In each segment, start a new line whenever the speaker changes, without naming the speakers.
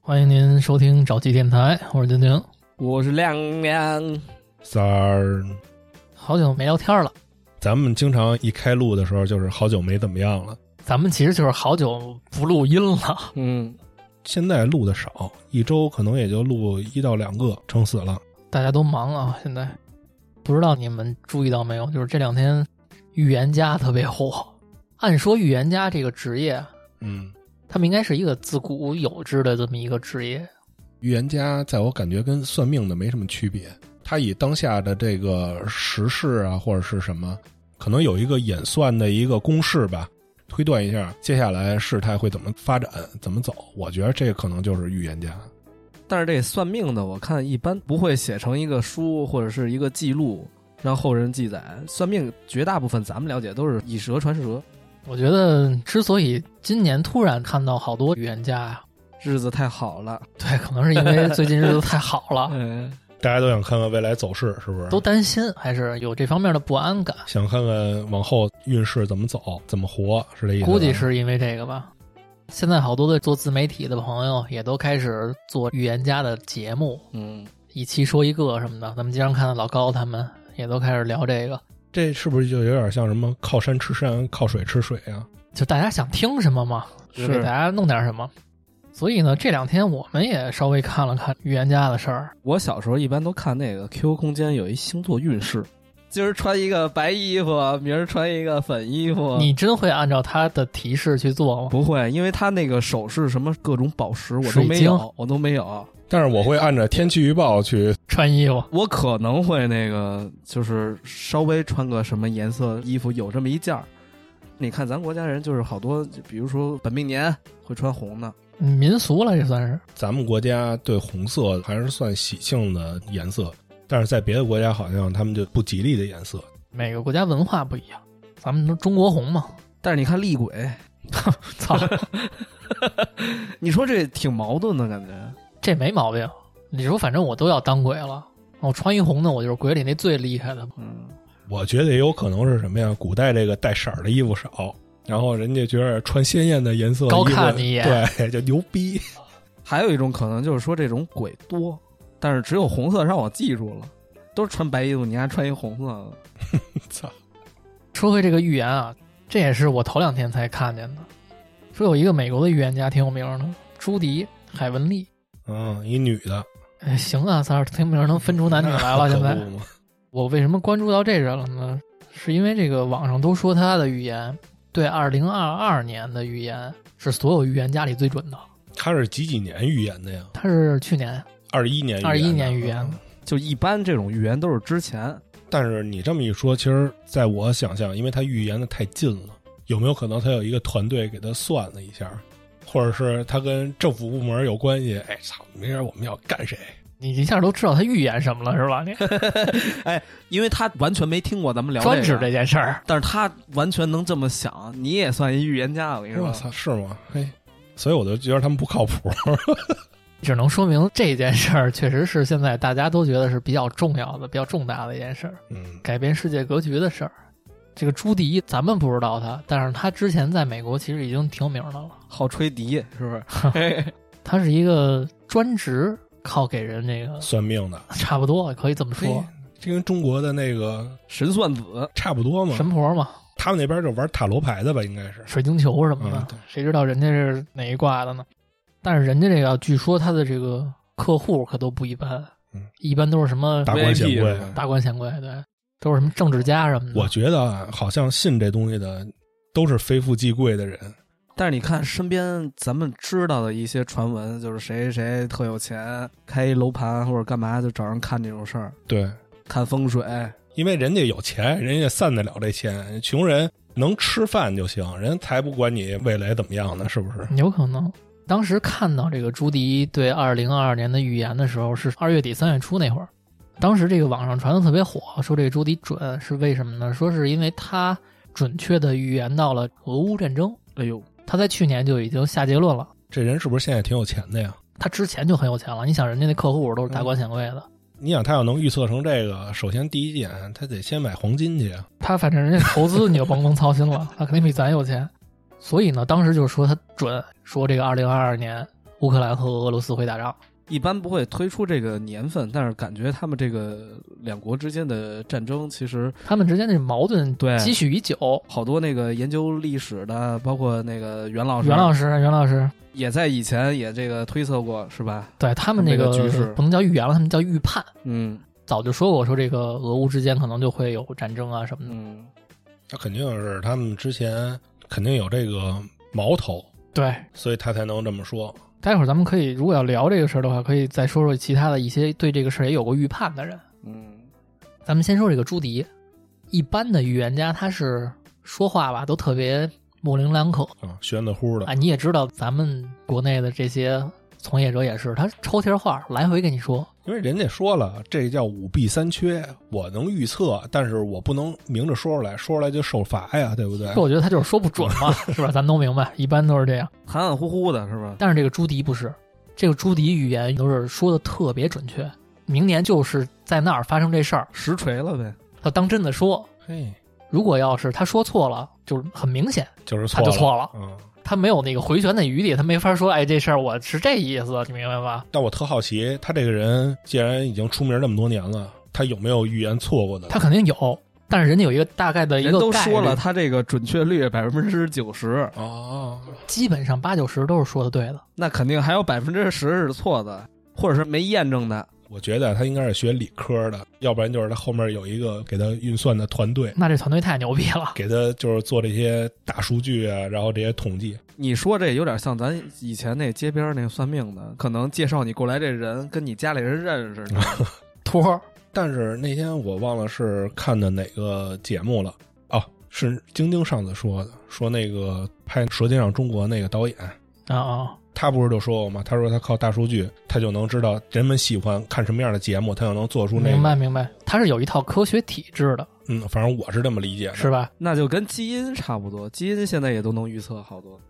欢迎您收听找气电台，我是丁丁。
我是亮亮，
三儿，
好久没聊天了，
咱们经常一开录的时候就是好久没怎么样了，
咱们其实就是好久不录音了。
嗯，
现在录的少，一周可能也就录一到两个，撑死了。
大家都忙啊，现在不知道你们注意到没有，就是这两天预言家特别火。按说预言家这个职业，
嗯，
他们应该是一个自古有之的这么一个职业，
预言家在我感觉跟算命的没什么区别，他以当下的这个时事啊或者是什么，可能有一个演算的一个公式吧，推断一下接下来事态会怎么发展，怎么走。我觉得这可能就是预言家。
但是这算命的，我看一般不会写成一个书或者是一个记录让后人记载。算命绝大部分咱们了解都是以蛇传蛇，
我觉得之所以今年突然看到好多预言家呀，
日子太好了。
对，可能是因为最近日子太好了，
嗯，
大家都想看看未来走势是不是？
都担心，还是有这方面的不安感，
想看看往后运势怎么走，怎么活，是这意思吧？
估计是因为这个吧。现在好多的做自媒体的朋友也都开始做预言家的节目，
嗯，
一期说一个什么的。咱们经常看到老高他们也都开始聊这个，
这是不是就有点像什么靠山吃山，靠水吃水啊？
就大家想听什么嘛，就是给大家弄点什么。所以呢，这两天我们也稍微看了看预言家的事儿，
我小时候一般都看那个 QQ 空间有一星座运势，今儿穿一个白衣服，明儿穿一个粉衣服。
你真会按照他的提示去做吗？
不会，因为他那个首饰什么各种宝石我都没
水
有，我都没有。
但是我会按照天气预报去，
穿衣服，
我可能会那个，就是稍微穿个什么颜色衣服，有这么一件儿。你看咱国家人就是好多，比如说本命年会穿红的，
嗯民俗了，这算是。
咱们国家对红色还是算喜庆的颜色，但是在别的国家好像他们就不吉利的颜色。
每个国家文化不一样，咱们都中国红嘛，
但是你看厉鬼，
操，
你说这挺矛盾的感觉。
这没毛病。你说反正我都要当鬼了，我穿一红的，我就是鬼里那最厉害的。
嗯，
我觉得也有可能是什么呀？古代这个带色儿的衣服少，然后人家觉得穿鲜艳的颜色
高
衣服
看你一眼
对，就牛 逼。
还有一种可能就是说这种鬼多，但是只有红色让我记住了，都是穿白衣服，你还穿一红色的，
操，
说回这个预言啊，这也是我头两天才看见的，说有一个美国的预言家挺有名的，朱迪·海文利。啊
嗯，一女的，
哎，行啊，三儿，听名儿能分出男女来 了。现在
可不嘛
我为什么关注到这个了呢？是因为这个网上都说他的预言，对二零二二年的预言是所有预言家里最准的。
她是几几年预言的呀？
他是去年
二一年，
21年预言的。
就一般这种预言都是之前。
但是你这么一说，其实在我想象，因为他预言的太近了，有没有可能他有一个团队给他算了一下，或者是他跟政府部门有关系？哎，操，明儿我们要干谁？
你一下都知道他预言什么了，是吧？你
因为他完全没听过咱们聊
专指
这
这
个，
件事儿，
但是他完全能这么想，你也算一预言家，我跟你说。
我操，是吗？嘿，所以我就觉得他们不靠谱。
只能说明这件事儿确实是现在大家都觉得是比较重要的、比较重大的一件事儿，
嗯，
改变世界格局的事儿。这个朱迪，咱们不知道他，但是他之前在美国其实已经挺有名的了。
好吹笛 是不是？
他是一个专职靠给人这个，
算命的，
差不多可以这么说
嘿，这跟中国的那个
神算子，
差不多嘛。
神婆嘛，
他们那边就玩塔罗牌的吧，应该是。
水晶球什么
嗯
的
对，
谁知道人家是哪一卦的呢？但是人家这个，据说他的这个客户可都不一般
嗯，
一般都是什么
达官显
VIP
贵
是，吧
大官显贵，对，都是什么政治家什么的。
我觉得啊，好像信这东西的都是非富即贵的人。
但是你看身边咱们知道的一些传闻，就是谁谁特有钱，开一楼盘或者干嘛，就找人看这种事儿，
对，
看风水。
因为人家有钱，人家散得了这钱。穷人能吃饭就行，人才不管你未来怎么样呢，是不是？
有可能。当时看到这个朱迪对二零二二年的预言的时候，是二月底三月初那会儿。当时这个网上传的特别火，说这个朱迪准是为什么呢？说是因为他准确的预言到了俄乌战争，
哎呦，
他在去年就已经下结论了。
这人是不是现在挺有钱的呀？
他之前就很有钱了，你想人家那客户都是达官显贵的，
你想，他要能预测成这个，首先第一点，他得先买黄金去啊。
他反正人家投资你就甭甭操心了，他肯定比咱有钱。所以呢，当时就说他准，说这个二零二二年乌克兰和俄罗斯会打仗。
一般不会推出这个年份，但是感觉他们这个两国之间的战争，其实
他们之间的矛盾
对
积蓄已久。
好多那个研究历史的，包括那个袁老师，
袁老师，袁老师，
也在以前也这个推测过，是吧？
对他们这
他们这个局势
不能叫预言了，他们叫预判。
嗯
早就说过，说这个俄乌之间可能就会有战争啊什么的。
嗯，
那肯定是他们之前肯定有这个矛头，
对，
所以他才能这么说。
待会儿咱们可以，如果要聊这个事儿的话，可以再说说其他的一些对这个事儿也有过预判的人。
嗯，
咱们先说这个朱迪，一般的预言家他是说话吧都特别模棱两可
啊，玄子乎的
啊，，你也知道咱们国内的这些从业者也是，他抽贴话来回跟你说，
因为人家说了，这叫五弊三缺，我能预测，但是我不能明着说出来，说出来就受罚呀，对不
哎
对
这？我觉得他就是说不准 嘛，是吧？咱们都明白，一般都是这样。
含含糊糊的是吧？
但是这个朱迪不是，这个朱迪预言都是说的特别准确，明年就是在那儿发生这事儿，
实锤了呗。
他当真的说。
嘿，
如果要是他说错了，就是很明显，
就是
他
错
就
了，
错了，
嗯，
他没有那个回旋的余地，他没法说，哎，这事儿我是这意思，你明白吧？
但我特好奇，他这个人既然已经出名那么多年了，他有没有预言错过的？
他肯定有，但是人家有一个大概呃的一
人
个
都
概率
说了，，他这个准确率百分之九十，
哦，
基本上八九十都是说的对的。
那肯定还有百分之十是错的，或者是没验证的。
我觉得他应该是学理科的，要不然就是他后面有一个给他运算的团队，
那这团队太牛逼了，
给他就是做这些大数据啊，然后这些统计。
你说这有点像咱以前那街边那算命的，可能介绍你过来这人跟你家里人 认识呢。
托儿
但是那天我忘了是看的哪个节目了，哦，是晶晶上次说的，说那个拍《舌尖上中国》那个导演，
啊啊，
他不是就说过吗？他说他靠大数据，他就能知道人们喜欢看什么样的节目，他就能做出那
明
个。
白明白，他是有一套科学体制的，
嗯，反正我是这么理解的。
是吧？
那就跟基因差不多，基因现在也都能预测好多。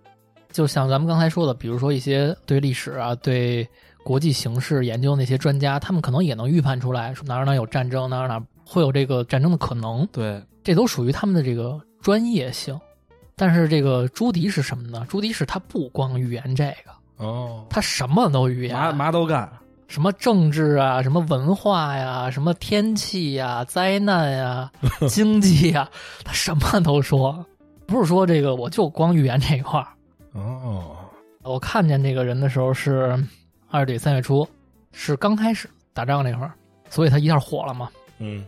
就像咱们刚才说的，比如说一些对历史啊、对国际形势研究那些专家，他们可能也能预判出来，说哪儿哪儿有战争，哪儿哪儿会有这个战争的可能，
对，
这都属于他们的这个专业性。但是这个朱迪是什么呢？朱迪是他不光预言这个，
哦，
他什么都预
麻
言，
麻都干。
什么政治啊，什么文化呀、什么天气呀、灾难呀、经济呀、他什么都说，不是说这个我就光预言这一块儿。
哦，
我看见这个人的时候是二月底三月初，是刚开始打仗那会儿，所以他一下火了嘛。
嗯，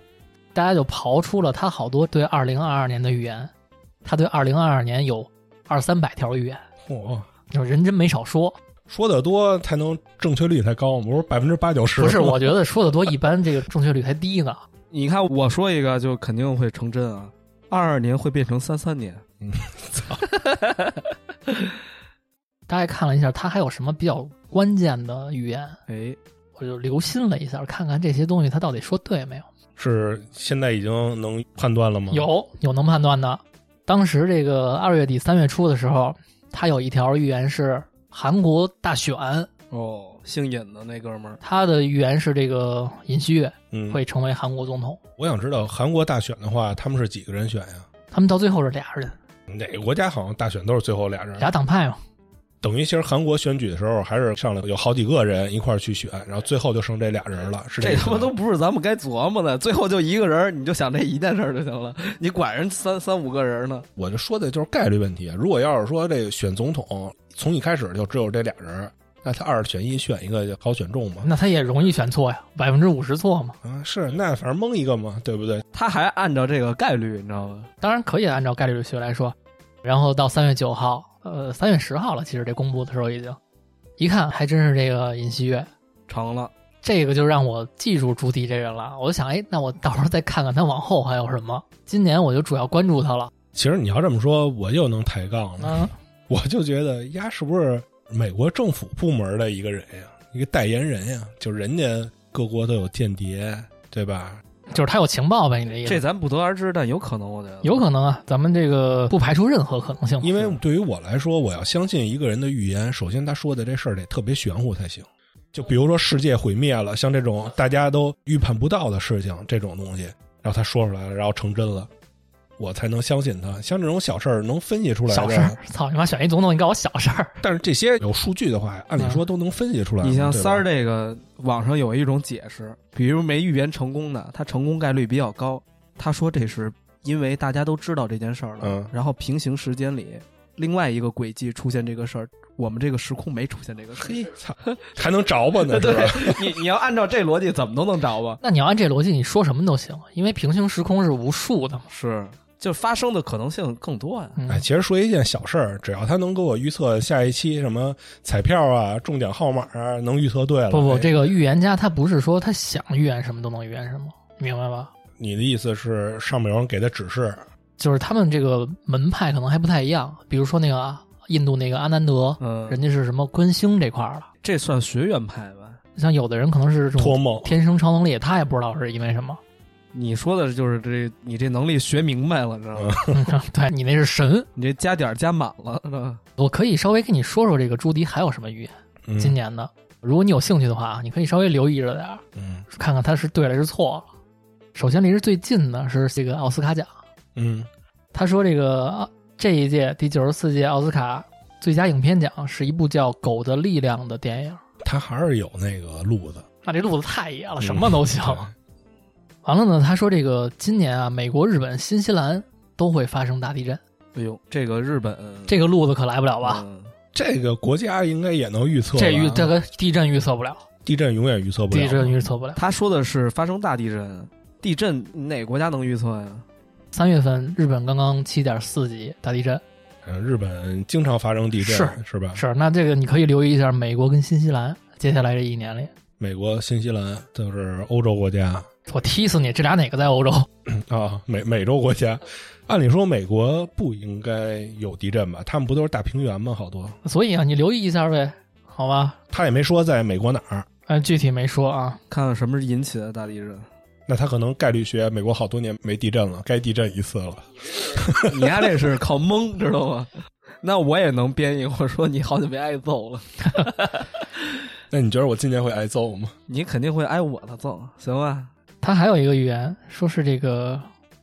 大家就刨出了他好多对二零二二年的预言，他对二零二二年有二三百条预言，
嚯、
就人真没少说。
说的多才能正确率才高嘛，不是百分之八九十？
不是，我觉得说的多，一般这个正确率才低呢。
你看我说一个，就肯定会成真啊。二二年会变成三三年，
大概看了一下，他还有什么比较关键的预言，
哎，
我就留心了一下，看看这些东西他到底说对没有。
是现在已经能判断了吗？，
有有能判断的。当时这个二月底三月初的时候，他有一条预言是韩国大选，
哦，姓尹的那哥们儿，
他的预言是这个尹锡悦
嗯，
会成为韩国总统。
我想知道韩国大选的话，他们是几个人选呀？
他们到最后是俩人，
哪个国家好像大选都是最后俩人？
俩党派嘛。
等于其实韩国选举的时候，还是上来有好几个人一块儿去选，然后最后就剩这俩人了，是
这
意思
他妈
吗
都不是咱们该琢磨的。最后就一个人儿，你就想这一件事儿就行了， 你管人三三五个人呢？
我就说的就是概率问题。如果要是说这个选总统从一开始就只有这俩人，那他二选一选一个就好选中嘛？
那他也容易选错呀，百分之五十错嘛。
啊，是，那反正蒙一个嘛，对不对？
他还按照这个概率，你知道吗？
当然可以按照概率学来说。然后到三月九号，呃，三月十号了，其实这公布的时候已经，一看还真是这个尹锡悦。
成了，
这个就让我记住朱棣这人了。我就想，哎，那我到时候再看看他往后还有什么。今年我就主要关注他了。
其实你要这么说，我又能抬杠了。
嗯，
我就觉得丫是不是美国政府部门的一个人呀，一个代言人呀？就人家各国都有间谍，对吧？
就是他有情报呗，你这意
这
思？
咱不得而知，但有可能，我觉得
有可能啊，咱们这个不排除任何可能性嘛。
因为对于我来说，我要相信一个人的预言，首先他说的这事儿得特别玄乎才行。就比如说世界毁灭了，像这种大家都预判不到的事情，这种东西，然后他说出来了，然后成真了。我才能相信他。像这种小事儿能分析出来的，
小事儿，操你妈！选一总统，你告诉我小事儿，
但是这些有数据的话，按理
嗯
说都能分析出来。
你像
对吧
三儿这个，网上有一种解释，比如没预言成功的，他成功概率比较高。他说这是因为大家都知道这件事儿了，
嗯
然后平行时间里另外一个轨迹出现这个事儿，我们这个时空没出现这个事儿。
嘿，操，还能着吧 呢？是吧？
对你，你要按照这逻辑，怎么都能着吧？
那你要按这逻辑，你说什么都行，因为平行时空是无数的嘛。
是，就发生的可能性更多呀、
嗯
哎，其实说一件小事儿，只要他能给我预测下一期什么彩票啊、中奖号码啊，能预测对了。
不不，
哎
这个预言家他不是说他想预言什么都能预言什么，明白吧？
你的意思是上面有人给他指示？
就是他们这个门派可能还不太一样，比如说那个啊印度那个阿南德，
嗯，
人家是什么观星这块儿了。
这算学院派吧？
像有的人可能是这
托
种
梦
天生超能力，他也不知道是因为什么。
你说的就是这，你这能力学明白了，知道吗？
嗯对你那是神。
你这加点儿加满了，知道吗？
我可以稍微跟你说说这个朱迪还有什么预言，
嗯
今年的。如果你有兴趣的话，啊你可以稍微留意着点儿，
嗯
看看他是对了是错了。首先离着最近的是这个奥斯卡奖，
嗯
他说这个啊这一届第九十四届奥斯卡最佳影片奖是一部叫《狗的力量》的电影。
他还是有那个路子，
那这路子太野了，
嗯
哦什么都行。完了呢，他说这个今年啊，美国、日本、新西兰都会发生大地震，
哎呦，这个日本，
这个路子可来不了吧？
嗯
这个国家应该也能预测吧。
这预这个地震预测不了，
地震永远预测不了。
地震预测不了。
他说的是发生大地震，地震哪个国家能预测呀？
三月份日本刚刚七点四级大地震，
嗯日本经常发生地震，
是
是吧？
是那这个你可以留意一下美国跟新西兰接下来这一年里，
美国、新西兰都是欧洲国
啊
家
我踢死你，这俩哪个在欧洲？
啊，美美洲国家。按理说美国不应该有地震吧？他们不都是大平原吗？好多
所以啊，你留意一下呗，好吧？
他也没说在美国哪儿，
呃，具体没说啊，
看看什么是引起的大地震。
那他可能概率学，美国好多年没地震了，该地震一次了。
你丫这是靠蒙，知道吗？那我也能编一个，我说你好久没挨揍了，
那你觉得我今年会挨揍吗？
你肯定会挨我的揍，行吧？
他还有一个预言，说是这个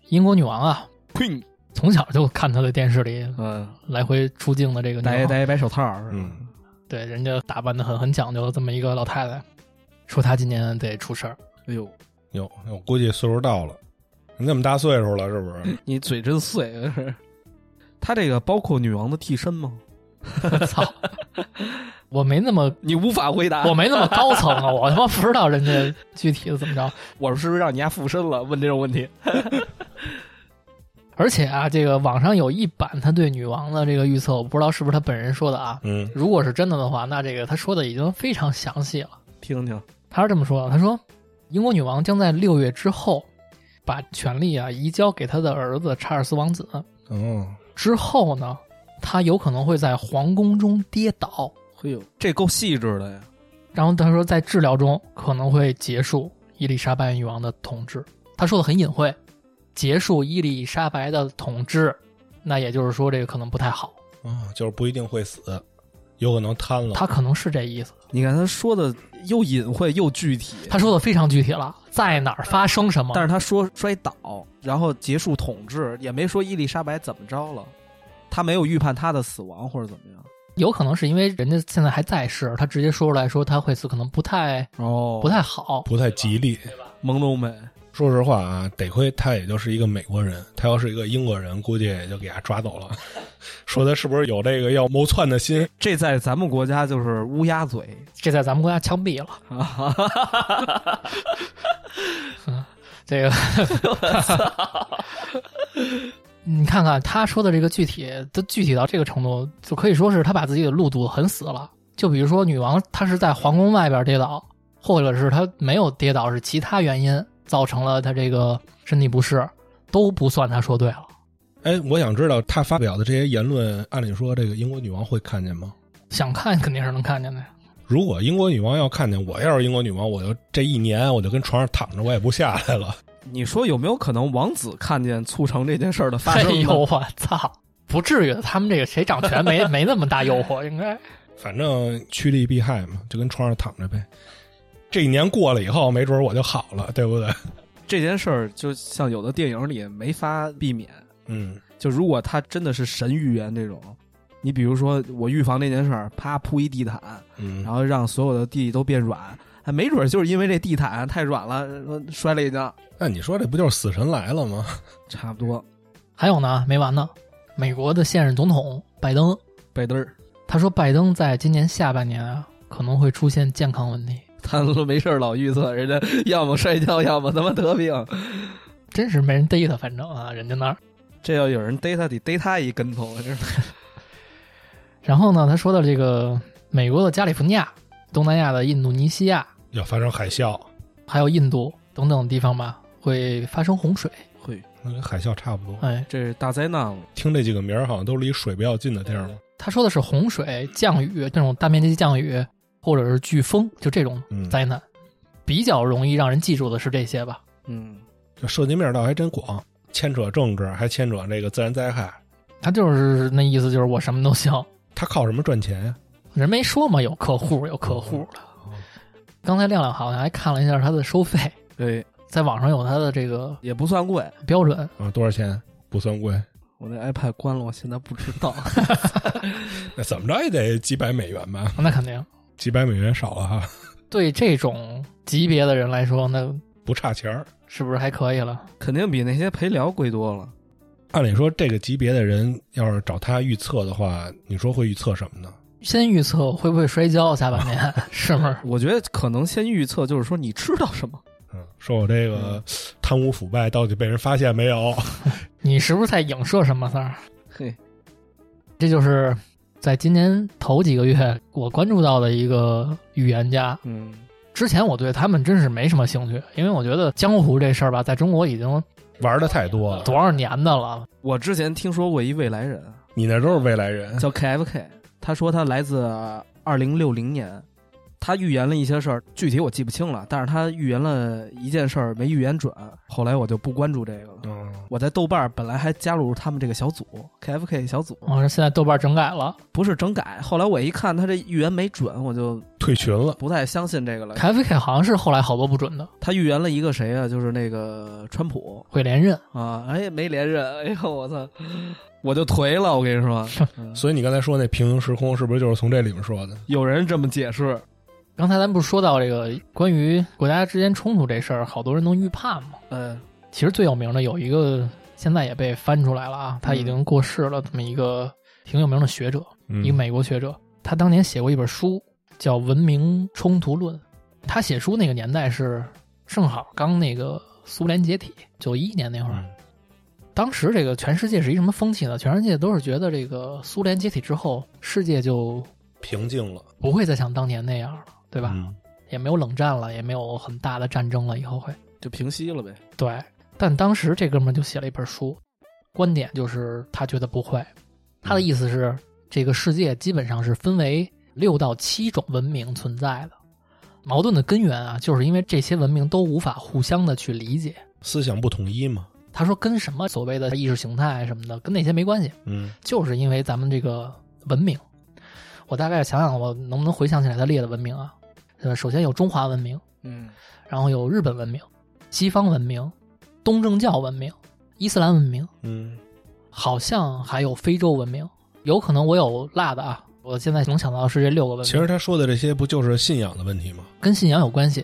英国女王啊，
砰，
从小就看她在电视里
嗯，
来回出镜的这个女
戴一
王，
戴一白手套，是吧
嗯，
对，人家打扮的很很讲究的这么一个老太太，说她今年得出事儿。
哎呦，
有，我估计岁数到了，你那么大岁数了，是不是？
你嘴真碎，是。他这个包括女王的替身吗？
操， 我没那么
你无法回答。
我没那么高层啊，我他妈不知道人家具体的怎么着。
我是不是让你丫附身了？问这种问题，
而且啊，这个网上有一版他对女王的这个预测，我不知道是不是他本人说的啊。
嗯
如果是真的的话，那这个他说的已经非常详细了。
听听。
他是这么说的：他说，英国女王将在六月之后把权力啊移交给她的儿子查尔斯王子。
哦，
之后呢，她有可能会在皇宫中跌倒，
哎呦，这够细致的呀！
然后他说在治疗中可能会结束伊丽莎白女王的统治。他说的很隐晦，结束伊丽莎白的统治，那也就是说这个可能不太好。
啊，就是不一定会死，有可能瘫了。
他可能是这意思，
你看他说的又隐晦又具体，
他说的非常具体了，在哪儿发生什么。
但
是
是他说摔倒，然后结束统治，也没说伊丽莎白怎么着了，他没有预判她的死亡或者怎么样。
有可能是因为人家现在还在世，他直接说出来说他会死，可能不太
哦
不太好。
不太吉利。
朦胧美，
说实话啊，得亏他也就是一个美国人，他要是一个英国人，估计也就给他抓走了。 说他是不是有这个要谋篡的心？
这在咱们国家就是乌鸦嘴
这在咱们国家枪毙了。
啊！
这个， 你看看他说的这个具体，都具体到这个程度，就可以说是他把自己给路堵得很死了。就比如说女王，她是在皇宫外边跌倒，或者是她没有跌倒，是其他原因造成了她这个身体不适，都不算他说对了。
哎，我想知道他发表的这些言论，按理说这个英国女王会看见吗？
想看肯定是能看见的呀。
如果英国女王要看见我，要是英国女王，我就这一年我就跟床上躺着，我也不下来了。
你说有没有可能王子看见促成这件事儿的发
哎
生呢
呦？我操，不至于的，他们这个谁掌权没没那么大诱惑，应该。
反正趋利避害嘛，就跟床上躺着呗。这一年过了以后，没准我就好了，对不对？
这件事儿就像有的电影里没法避免，
嗯
就如果他真的是神预言这种，你比如说我预防这件事儿，啪铺一地毯，
嗯，
然后让所有的地都变软，哎，没准儿就是因为这地毯太软了，呃摔了一跤，
那你说这不就是死神来了吗？
差不多
还有呢，没完呢。美国的现任总统拜登，
背嘚儿，
他说拜登在今年下半年啊可能会出现健康问题，
他们说没事儿老预测，人家要么摔跤，要么他妈得病，
真是没人逮他，反正啊，人家那儿。
这要有人逮他，得逮他一跟头，这是
然后呢，他说到这个美国的加利福尼亚、啊东南亚的印度尼西亚，
要发生海啸，
还有印度等等地方吧，会发生洪水。
嘿，
那跟海啸差不多。
哎，
这是大灾难了。
听这几个名儿，好像都是离水不要近的地儿嘛。
他说的是洪水、降雨这种大面积降雨，或者是飓风，就这种
嗯，
灾难，比较容易让人记住的是这些吧。
嗯，
这涉及面儿倒还真广，牵扯政治，还牵扯这个自然灾害。
他就是那意思，就是我什么都行。
他靠什么赚钱呀？
人没说嘛，有客户，有客户的。刚才亮亮好像还看了一下他的收费，
对，
在网上有他的这个
也不算贵。
标准，
啊，多少钱不算贵？
我那 iPad 关了，我现在不知道。
那怎么着也得几百美元吧？
那肯定
几百美元少了哈，
对这种级别的人来说，那
不差钱儿。
是不是还可以了？
肯定比那些陪聊贵多了。
按理说，这个级别的人要是找他预测的话，你说会预测什么呢？
先预测会不会摔跤，下半 年是不是？
我觉得可能先预测就是说你知道什么，
嗯，说我这个贪污腐败到底被人发现没有？
你是不是在影射什么事儿？
嘿，
这就是在今年头几个月我关注到的一个预言家。
嗯，
之前我对他们真是没什么兴趣，因为我觉得江湖这事儿吧，在中国已经
玩的太多了，
多少年的了。
我之前听说过一未来人
你那都是未来人。
叫 KFK，他说他来自二零六零年，他预言了一些事儿，具体我记不清了，但是他预言了一件事儿没预言准，后来我就不关注这个了。
嗯，
我在豆瓣儿本来还加入他们这个小组 KFK 小组，
我说现在豆瓣整改了，
不是整改。后来我一看他这预言没准，我就
退群了。
不太相信这个了。
凯菲凯好像是后来好多不准的，
他预言了一个谁啊？就是那个川普，
会连任。
啊，哎，没连任，哎呦，我操，我就颓了，我跟你说，嗯
所以你刚才说那平行时空是不是就是从这里面说的？
有人这么解释，
刚才咱不是说到这个关于国家之间冲突这事儿，好多人能预判吗？
嗯，
其实最有名的有一个，现在也被翻出来了啊，他已经过世了，这么一个挺有名的学者，
嗯
一个美国学者，他当年写过一本书叫《文明冲突论》，他写书那个年代是正好刚那个苏联解体，九一年那会儿，
嗯
当时这个全世界是一什么风气呢？全世界都是觉得这个苏联解体之后，世界就
平静了，
不会再像当年那样了，对吧？
嗯
也没有冷战了，也没有很大的战争了，以后会
就平息了呗。
对。但当时这哥们儿就写了一本书，观点就是他觉得不会，他的意思是、这个世界基本上是分为六到七种文明存在的，矛盾的根源啊，就是因为这些文明都无法互相的去理解。
思想不统一嘛。
他说跟什么所谓的意识形态什么的，跟那些没关系，
嗯
就是因为咱们这个文明。我大概想想，我能不能回想起来他列的文明啊？呃，首先有中华文明，
嗯，
然后有日本文明、西方文明、东正教文明、伊斯兰文明，
嗯，
好像还有非洲文明。有可能我有落的啊，我现在能想到的是这六个文
其
明，
实他说的这些不就是信仰的问题吗？
跟信仰有关系。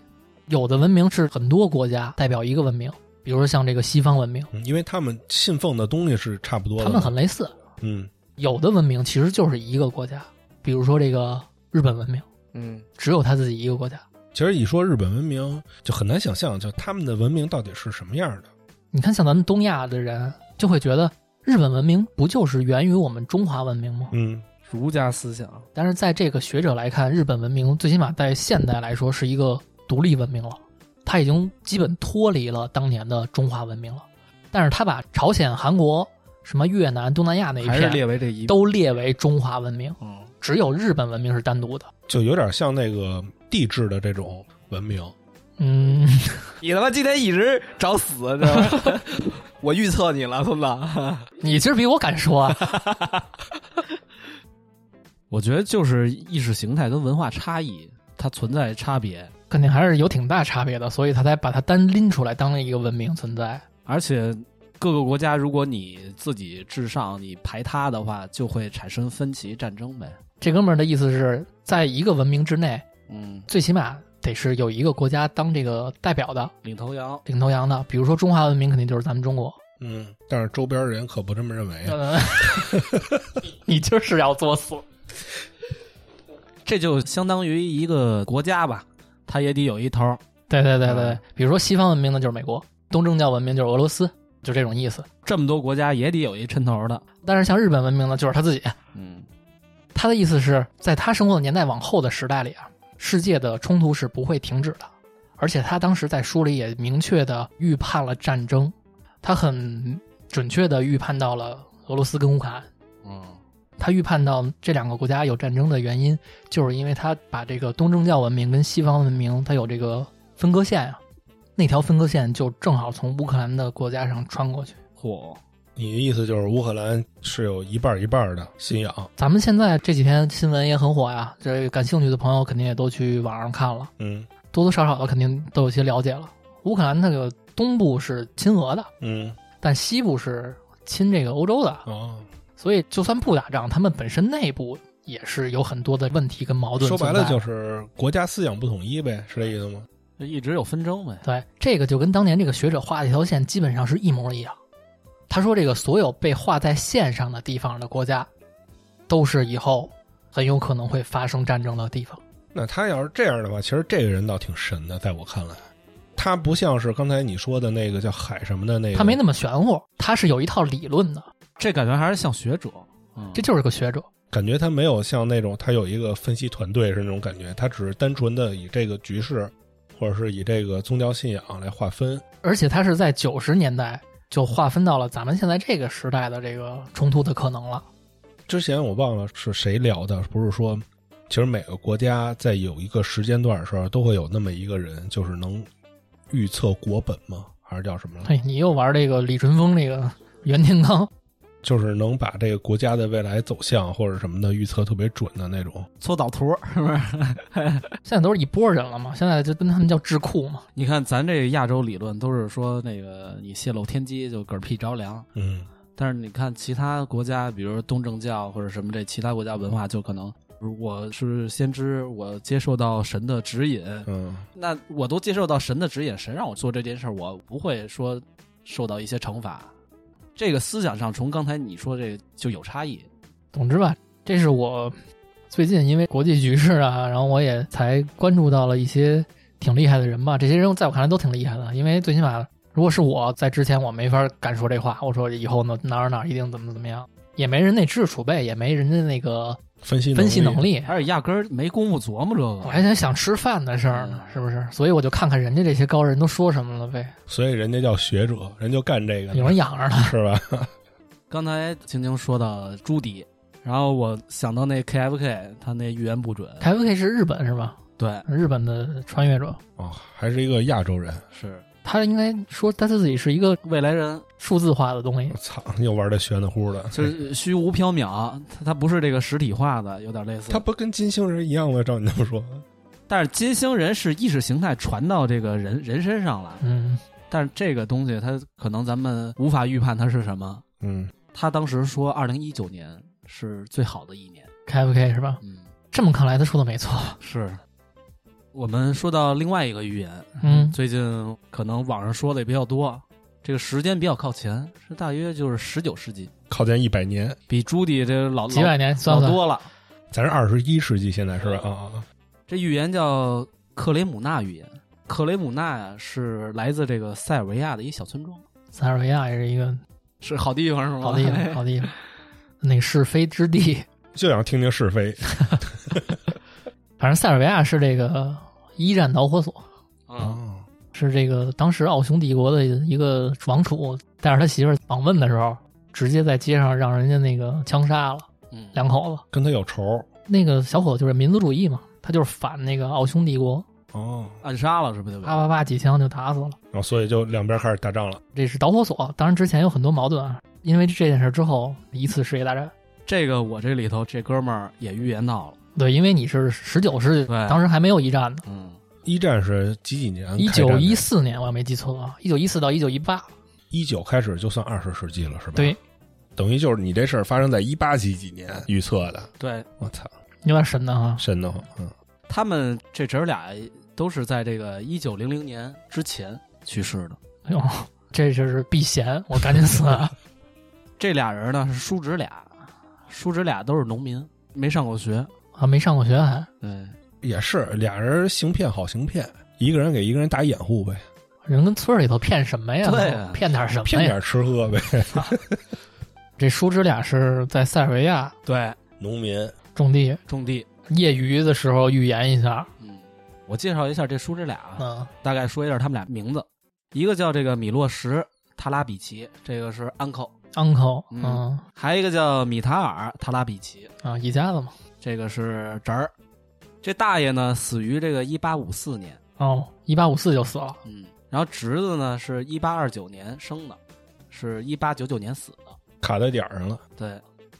有的文明是很多国家代表一个文明，比如说像这个西方文明，
嗯因为他们信奉的东西是差不多的。
他们很类似。
嗯
有的文明其实就是一个国家，比如说这个日本文明，
嗯，
只有他自己一个国家。
其实一说日本文明，就很难想象，就他们的文明到底是什么样的。
你看，像咱们东亚的人就会觉得日本文明不就是源于我们中华文明吗？
嗯，
儒家思想，
但是在这个学者来看，日本文明最起码在现代来说是一个独立文明了，它已经基本脱离了当年的中华文明了。但是他把朝鲜、韩国、什么越南、东南亚那一
还是列
片
为这一，
都列为中华文明，
嗯，
只有日本文明是单独的。
就有点像那个地质的这种文明。
嗯，
你他妈今天一直找死，知道吗？ 我预测你了，孙子。
你今儿比我敢说啊，
我觉得就是意识形态跟文化差异，它存在差别，
肯定还是有挺大差别的，所以他才把它单拎出来当一个文明存在。
而且各个国家，如果你自己至上，你排他的话，就会产生分歧战争呗。
这哥们儿的意思是在一个文明之内，
嗯，
最起码得是有一个国家当这个代表的
领头羊，
领头羊的，比如说中华文明肯定就是咱们中国。
嗯，但是周边人可不这么认为啊。
嗯 你就是要作死。
这就相当于一个国家吧，它也得有一头。
对对对对
嗯，
比如说西方文明呢就是美国，东正教文明就是俄罗斯，就这种意思。
这么多国家也得有一抻头的。
但是像日本文明呢，就是他自己。
嗯，
他的意思是在他生活的年代往后的时代里啊，世界的冲突是不会停止的。而且他当时在书里也明确的预判了战争，他很准确的预判到了俄罗斯跟乌克兰。
嗯，
他预判到这两个国家有战争的原因，就是因为他把这个东正教文明跟西方文明它有这个分割线啊，那条分割线就正好从乌克兰的国家上穿过去。
嚯，
你的意思就是乌克兰是有一半儿一半儿的信仰？
咱们现在这几天新闻也很火呀，这感兴趣的朋友肯定也都去网上看了，
嗯
多多少少的肯定都有些了解了。乌克兰那个东部是亲俄的，
嗯
但西部是亲这个欧洲的，
哦，
所以就算不打仗，他们本身内部也是有很多的问题跟矛盾
说
存在。
白了就是国家思想不统一呗，是这意思吗？
这一直有纷争呗。
对，这个就跟当年这个学者画的一条线基本上是一模一样。他说，这个所有被画在线上的地方的国家，都是以后很有可能会发生战争的地方。
那他要是这样的话，其实这个人倒挺神的，在我看来，他不像是刚才你说的那个叫海什么的那个，
他没那么玄乎，他是有一套理论的，
这感觉还是像学者。嗯，
这就是个学者。
感觉他没有像那种他有一个分析团队是那种感觉，他只是单纯的以这个局势或者是以这个宗教信仰来划分。
而且他是在九十年代就划分到了咱们现在这个时代的这个冲突的可能了。
之前我忘了是谁聊的，不是说，其实每个国家在有一个时间段的时候，都会有那么一个人，就是能预测国本吗？还是叫什么来着？
嘿，你又玩这个李淳风这个袁天罡，
就是能把这个国家的未来走向或者什么的预测特别准的那种。
搓导图是不是？
现在都是一波人了嘛，现在就跟他们叫智库嘛。
你看咱这亚洲理论都是说那个你泄露天机就嗝屁着凉，
嗯，
但是你看其他国家，比如东正教或者什么这其他国家文化，就可能我是先知，我接受到神的指引，
嗯，
那我都接受到神的指引，神让我做这件事儿，我不会说受到一些惩罚。这个思想上，从刚才你说这就有差异。
总之吧，这是我最近因为国际局势啊， 然后我也才关注到了一些挺厉害的人吧。这些人在我看来都挺厉害的，因为最起码如果是我在之前，我没法敢说这话，我说以后呢哪儿哪儿一定怎么怎么样，也没人那知识储备，也没人家那个
分析
分析能
力，
力。
而且压根儿没工夫琢磨这
我
个。
还在想吃饭的事儿呢，是不是？所以我就看看人家这些高人都说什么了呗，
所以人家叫学者，人就干这个
有
的，
人养着呢。
是吧？
刚才青青说到朱迪，然后我想到那 KFK，他那预言不准。
凯夫 K 是日本是吧？
对，
日本的穿越者，
哦，还是一个亚洲人。
是
他应该说他自己是一个
未来人，
数字化的东西
我。操，又玩的玄的乎 的，
就是虚无缥缈，它它不是这个实体化的，有点类似。
他不跟金星人一样吗？照你那么说，
但是金星人是意识形态传到这个人人身上了，
嗯，
但是这个东西它可能咱们无法预判它是什么。
嗯，
他当时说，二零一九年是最好的一年。
凯夫 K 是吧？
嗯，
这么看来，他说的没错。
是。我们说到另外一个预言，
嗯
最近可能网上说的也比较多，这个时间比较靠前，是大约就是十九世纪，
靠近一百年，
比朱迪这老
几百年
老
算
老
算，
多了。
咱是二十一世纪现在是
嗯
吧？啊啊啊！
这预言叫克雷姆纳预言。克雷姆纳呀，是来自这个塞尔维亚的一小村庄，
塞尔维亚也是一个
是好地方是吗？
好地 方，好地方，那个是非之地。
就想听听是非。
反正塞尔维亚是这个一战导火索，啊
嗯，
啊
是这个当时奥匈帝国的一个王储带着他媳妇儿访问的时候，直接在街上让人家那个枪杀了
嗯
两口子。
跟他有仇
那个小伙子就是民族主义嘛，他就是反那个奥匈帝国，
哦，
暗杀了是不是？
叭叭叭几枪就打死了。
然后所以就两边开始打仗了。
这是导火索，当然之前有很多矛盾啊，因为这件事之后一次世界大战。
这个我这里头这哥们儿也预言到了，
对，因为你是十九世纪，
对
当时还没有一战呢。
嗯，
一战是几几年开
一
战的？
九一四年，我要没记错啊，一九一四到一九一八，
一九开始就算二十世纪了，是吧？
对，
等于就是你这事儿发生在一八几几年预测的，
对
我操，
有点神的啊哈。
瘆得慌。嗯，
他们这侄儿俩都是在这个一九零零年之前去世的。
哎呦，这就是避嫌，我赶紧死啊！
这俩人呢是叔侄俩，叔侄俩都是农民，没上过学。
啊，没上过学还，
对，
也是俩人行骗好行骗，一个人给一个人打掩护呗，
人跟村儿里头骗什么呀？
对啊
骗点什
骗
么呀？
点吃喝呗。
这叔侄俩是在塞尔维亚
对，
农民
种地，
种地。
业余的时候预言一下，
嗯，我介绍一下这叔侄俩啊，
嗯，
大概说一下他们俩名字，一个叫这个米洛什·塔拉比奇，这个是 uncle，
uncle，
嗯
嗯
还有一个叫米塔尔·塔拉比奇，
啊，一家子嘛。
这个是侄儿。这大爷呢死于这个一八五四年，
哦，一八五四就死了，
嗯，然后侄子呢是一八二九年生的，是一八九九年死的。
卡在点儿上了，
对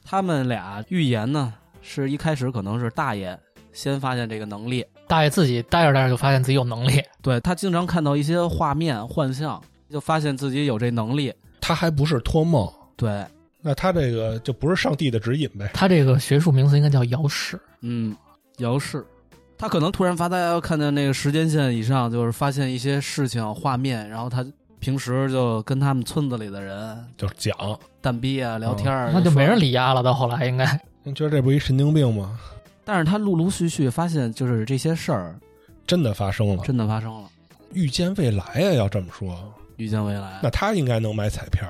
他们俩预言呢，是一开始可能是大爷先发现这个能力，
大爷自己待着待着就发现自己有能力，
对他经常看到一些画面幻象，就发现自己有这能力。
他还不是托梦，
对，
那他这个就不是上帝的指引呗。
他这个学术名词应该叫遥视，
嗯，姚氏，他可能突然发呆，看见那个时间线以上，就是发现一些事情画面，然后他平时就跟他们村子里的人
就是讲，
蛋逼啊聊天儿、
哦那就
说
没人。理丫了。到后来应该
你觉得这不一神经病吗？
但是他陆陆续续发现，就是这些事儿
真的发生了，
真的发生了，
预见未来呀、要这么说，
遇见未来。
那他应该能买彩票。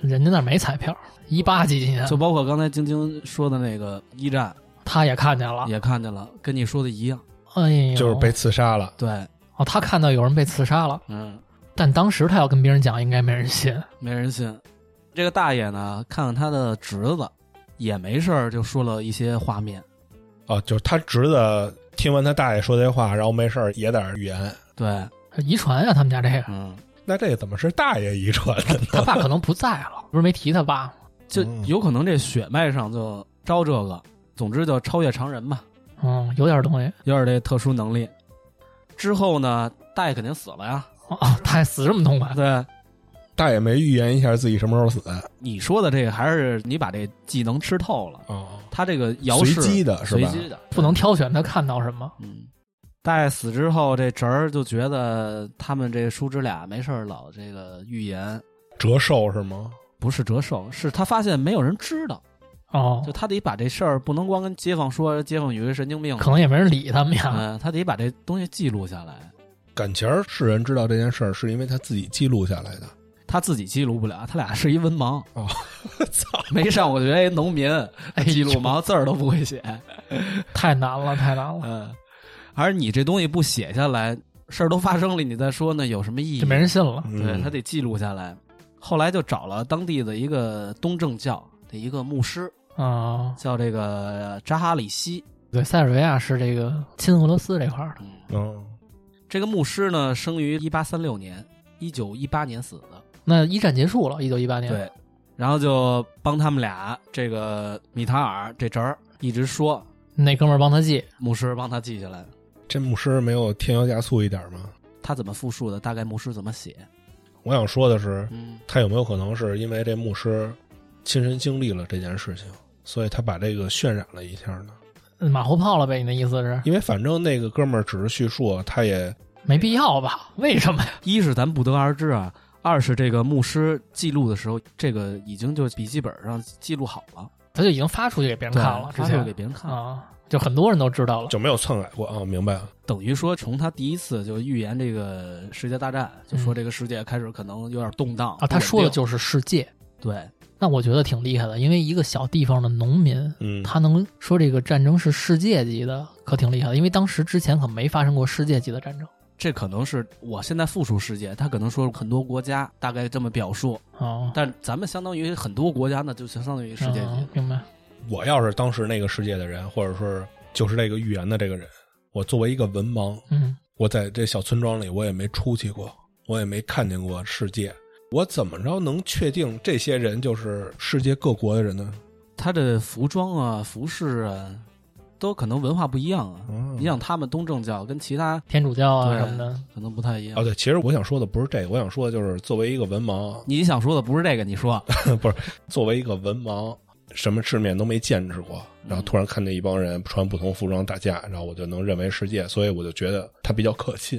人家那儿没彩票，一八几几年
就包括刚才晶晶说的那个一战，
他也看见
啊
了，
也看见了，跟你说的一样。
哎呦，
就是被刺杀了，
对，
哦，他看到有人被刺杀了，
嗯，
但当时他要跟别人讲，应该没人信。
没人信。这个大爷呢，看看他的侄子，也没事儿，就说了一些画面。
哦，就是他侄子听完他大爷说这话，然后没事儿也在那儿预言。
对，
遗传啊呀，他们家这个，
嗯，
那这怎么是大爷遗传的 呢？
他爸可能不在了，不是没提他爸吗？
就
嗯
有可能这血脉上就招这个，总之就超越常人吧，
嗯，有点东西。
有点这特殊能力。之后呢，大爷肯定死了呀。
哦，他还死这么痛快，
对，
大爷没预言一下自己什么时候死
你说的这个还是你把这技能吃透了，
哦，
他这个摇式
随机的是吧
随机的，
不能挑选他看到什么。
嗯。大爷死之后，这侄儿就觉得他们这叔侄俩没事儿老这个预言，
折寿是吗？
不是折寿，是他发现没有人知道，
哦
就，他得把这事儿不能光跟街坊说，街坊以为神经病。
可能啊也没人理他们呀。
嗯，他得把这东西记录下来。
感情儿世人知道这件事儿，是因为他自己记录下来的。
他自己记录不了，他俩是一文盲，
操，
没上过学，一农民，
哦哎
记录
呦
盲字儿都不会写。
太难了，太难了，
嗯，而你这东西不写下来，事儿都发生了，你再说呢，有什么意义
就？没人信了。
嗯对他
得
得记录下来。后来就找了当地的一个东正教的一个牧师，
啊，
叫这个扎哈里希。
对，塞尔维亚是这个亲俄罗斯这块儿的。
嗯，
嗯，
这个牧师呢，生于一八三六年，一九一八年死的。
那一战结束了，一九一八年。
对，然后就帮他们俩，这个米塔尔这侄儿一直说，
那哥们儿帮他记，
牧师帮他记下来。
这牧师没有添油加醋一点吗？
他怎么复述的，大概牧师怎么写。
我想说的是，
嗯，
他有没有可能是因为这牧师亲身经历了这件事情，所以他把这个渲染了一下呢？
马后炮了呗？你的意思是
因为反正那个哥们儿只是叙述，他也
没必要吧？为什么呀？
一是咱不得而知啊，二是这个牧师记录的时候，这个已经就笔记本上记录好了，
他就已经发出去给别人
对
看了，之
发
前
就给别人看了，
啊，就很多人都知道了。
就没有篡改过啊。明白了，
等于说从他第一次就预言这个世界大战，就说这个世界开始可能有点动荡
嗯啊，他说的
不稳定
就是世界。
对，
那我觉得挺厉害的，因为一个小地方的农民，
嗯，
他能说这个战争是世界级的，可挺厉害的。因为当时之前可没发生过世界级的战争
这可能是我现在复述世界，他可能说很多国家大概这么表述，
啊。
但咱们相当于很多国家那就相当于世界级。
嗯明白？
我要是当时那个世界的人，或者说就是这个预言的这个人，我作为一个文盲，
嗯，
我在这小村庄里我也没出去过，我也没看见过世界，我怎么着能确定这些人就是世界各国的人呢？
他的服装啊、服饰啊，都可能文化不一样啊。
嗯
你想他们东正教跟其他
天主教啊
对
什么的，
可能不太一样。
哦，对，其实我想说的不是这个，我想说的就是作为一个文盲，
你想说的不是这个，你说
作为一个文盲，什么世面都没见识过，
嗯
然后突然看见一帮人穿不同服装打架，然后我就能认为世界，所以我就觉得他比较可信，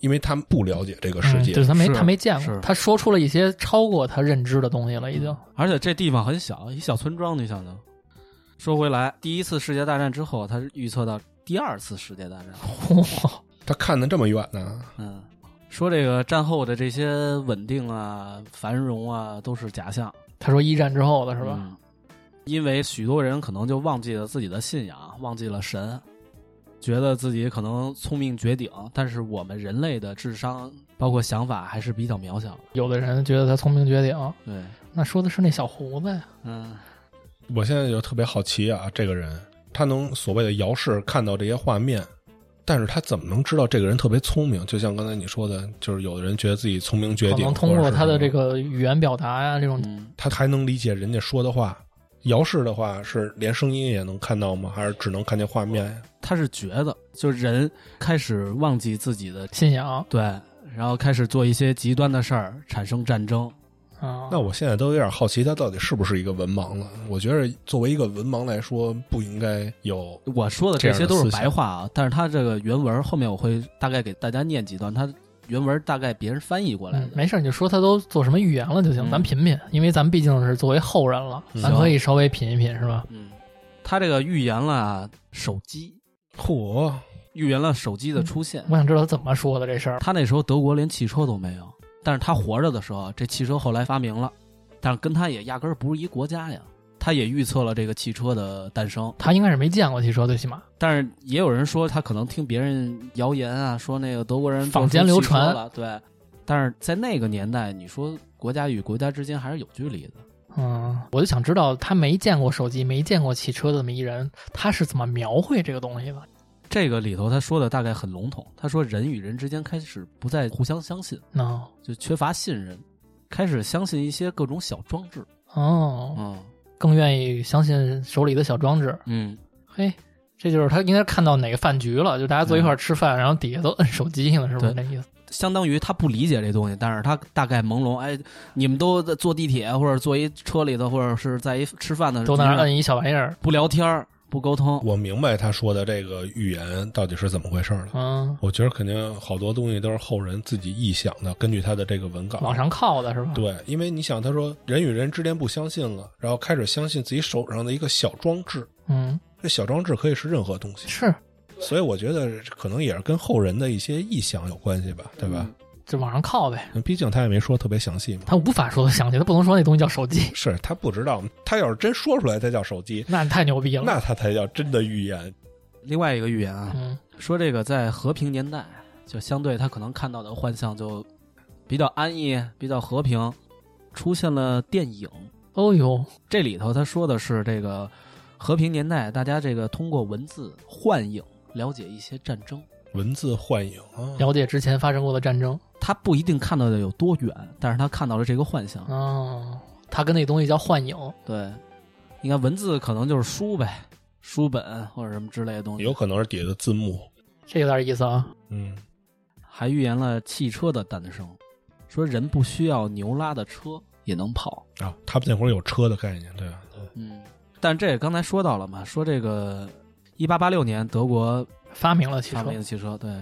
因为他们不了解这个世
嗯，
界。
就是他没
是
他没见过
是，
他说出了一些超过他认知的东西了，已经。
而且这地方很小，一小村庄，你想想。说回来，第一次世界大战之后，他是预测到第二次世界大 战。
哇，
他看得这么远呢，
嗯，说这个战后的这些稳定啊、繁荣啊，都是假象，
他说一战之后的是吧？
嗯因为许多人可能就忘记了自己的信仰，忘记了神，觉得自己可能聪明绝顶，但是我们人类的智商包括想法还是比较渺小的。
有的人觉得他聪明绝顶，
对，
那说的是那小胡子呀。
嗯，
我现在就特别好奇啊，这个人他能所谓的遥视看到这些画面，但是他怎么能知道这个人特别聪明？就像刚才你说的，就是有的人觉得自己聪明绝
可
顶，
能通
或
过
者是
他的
什么
这个语言表达呀、这种
嗯
他还能理解人家说的话。姚氏的话是连声音也能看到吗？还是只能看见画面呀？
他是觉得，就是人开始忘记自己的
信仰
对，然后开始做一些极端的事儿，产生战争。
啊。
那我现在都有点好奇，他到底是不是一个文盲了？我觉得作为一个文盲来说，不应该有
我说的
这
这
样的
些都
思
是
想
白话啊，但是他这个原文后面我会大概给大家念几段，他原文大概别人翻译过来
嗯
的。，
没事儿，你就说他都做什么预言了就行，
嗯
咱品品，因为咱毕竟是作为后人了，
嗯
咱可以稍微品一品，是吧？
嗯，他这个预言了手机，
嚯，
预言了手机的出现。
嗯
我想知道他怎么说的这事儿。
他那时候德国连汽车都没有，但是他活着的时候，这汽车后来发明了，但是跟他也压根儿不是一国家呀。他也预测了这个汽车的诞生，
他应该是没见过汽车，最起码
但是也有人说他可能听别人谣言啊，说那个德国人
坊间流传
做出汽车了，对。但是在那个年代，你说国家与国家之间还是有距离的。
嗯，我就想知道他没见过手机、没见过汽车的这么一人，他是怎么描绘这个东西的？
这个里头他说的大概很笼统，他说人与人之间开始不再互相相信，
那
就缺乏信任，开始相信一些各种小装置。
哦，
嗯
更愿意相信手里的小装置。
嗯，
嘿，这就是他应该看到哪个饭局了，就大家坐一块儿吃饭，然后底下都摁手机呢，是不是那
嗯对嗯
意思？
相当于他不理解这东西，但是他大概朦胧，哎，你们都在坐地铁或者坐一车里头，或者是在一吃饭的
都在
在
那儿摁一小玩意儿。
不聊天儿不沟通。
我明白他说的这个预言到底是怎么回事了。
嗯，
我觉得肯定好多东西都是后人自己臆想的，根据他的这个文稿
往上靠的是吧？
对，因为你想，他说人与人之间不相信了，然后开始相信自己手上的一个小装置，
嗯，
这小装置可以是任何东西，
是，
所以我觉得可能也是跟后人的一些臆想有关系吧，对吧？嗯
就往上靠呗。
毕竟他也没说特别详细嘛。
他无法说的详细，他不能说那东西叫手机，
是他不知道，他要是真说出来，他叫手机，
那太牛逼了。
那他才叫真的预言。
另外一个预言啊，
嗯，
说这个在和平年代，就相对他可能看到的幻象就比较安逸，比较和平，出现了电影。
哦呦，
这里头他说的是这个和平年代，大家这个通过文字幻影了解一些战争，
文字幻影啊，
了解之前发生过的战争。
他不一定看到的有多远，但是他看到了这个幻象。
哦，他跟那东西叫幻影。
对，你看文字可能就是书呗，书本或者什么之类的东西
有。可能是底下的字幕。
这有点意思啊。
嗯，
还预言了汽车的诞生，说人不需要牛拉的车也能跑。
啊，他们那会儿有车的概念，对吧？
嗯，但这也刚才说到了嘛，说这个一八八六年德国
发明了汽
发
车
明，的汽车，对，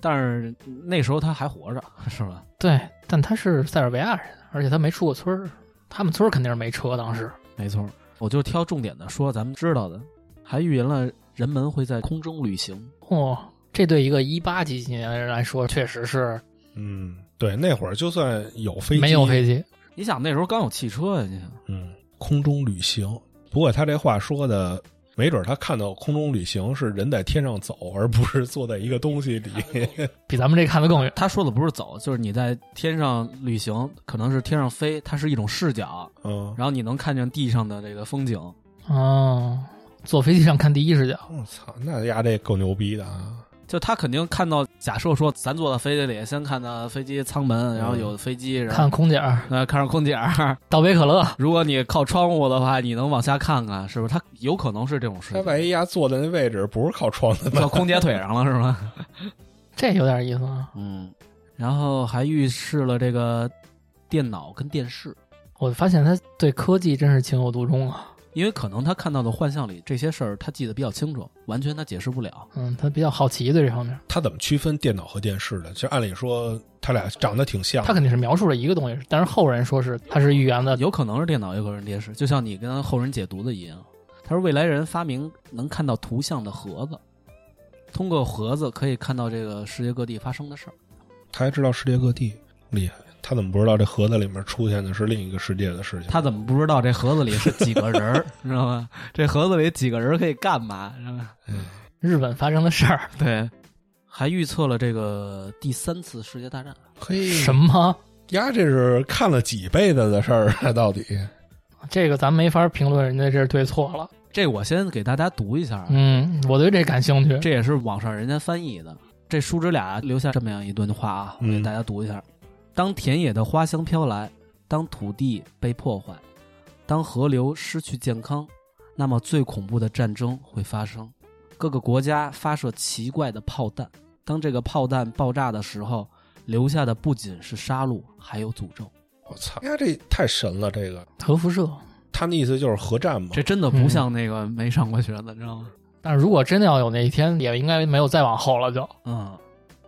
但是那时候他还活着，是吧？
对，但他是塞尔维亚人，而且他没出过村儿，他们村儿肯定是没车。当时，
没错，我就挑重点的说，咱们知道的，还预言了人们会在空中旅行。
哦，这对一个一八几几年的人来说，确实是
嗯，对，那会儿就算有飞机，
没有飞机。
你想那时候刚有汽车呀，你想，
嗯，空中旅行。不过他这话说的，没准他看到空中旅行是人在天上走，而不是坐在一个东西 里。
比咱们这看得更远。
他说的不是走，就是你在天上旅行，可能是天上飞，它是一种视角，
嗯，
然后你能看见地上的这个风景。
哦，坐飞机上看第一视角，
我操，那丫这够牛逼的啊！
就他肯定看到，假设说咱坐到飞机里，先看到飞机舱门，然后有飞机，然后
看空姐儿
呃看上空姐儿。
倒杯可乐，
如果你靠窗户的话，你能往下看看，是不是？他有可能是这种事
他
情，
万一丫坐的那位置不是靠窗的
到
呢？
空姐腿上了，是吗？
这有点意思啊！
嗯， 然后还预示了这个电脑跟电视，
我发现他对科技真是情有独钟啊。
因为可能他看到的幻象里这些事儿，他记得比较清楚，完全他解释不了。
嗯，他比较好奇对这方面，
他怎么区分电脑和电视的？其实按理说，他俩长得挺像
他。肯定是描述了一个东西，但是后人说是他是预言的，
有可能是电脑，有可能是电视，就像你跟后人解读的一样。他说未来人发明能看到图像的盒子，通过盒子可以看到这个世界各地发生的事儿。
他还知道世界各地，厉害！他怎么不知道这盒子里面出现的是另一个世界的事情？
他怎么不知道这盒子里是几个人 儿，你知道吗？这盒子里几个人可以干嘛？是吧
日本发生的事儿，
对，还预测了这个第三次世界大战。
嘿
什么？
呀？这是看了几辈子的事儿啊？到底
这个咱没法评论人家这是对错了。
这我先给大家读一下啊，
嗯，我对这感兴趣。
这也是网上人家翻译的。这叔侄俩留下这么样一段话啊，我
嗯
给大家读一下：当田野的花香飘来，当土地被破坏，当河流失去健康，那么最恐怖的战争会发生。各个国家发射奇怪的炮弹，当这个炮弹爆炸的时候，留下的不仅是杀戮，还有诅咒。
我操哎呀！这太神了！这个
核辐射，
他那意思就是核战嘛？
这真的
嗯
不像那个没上过学的，你知道吗？
但是如果真的要有那一天，也应该没有再往后了就。
嗯，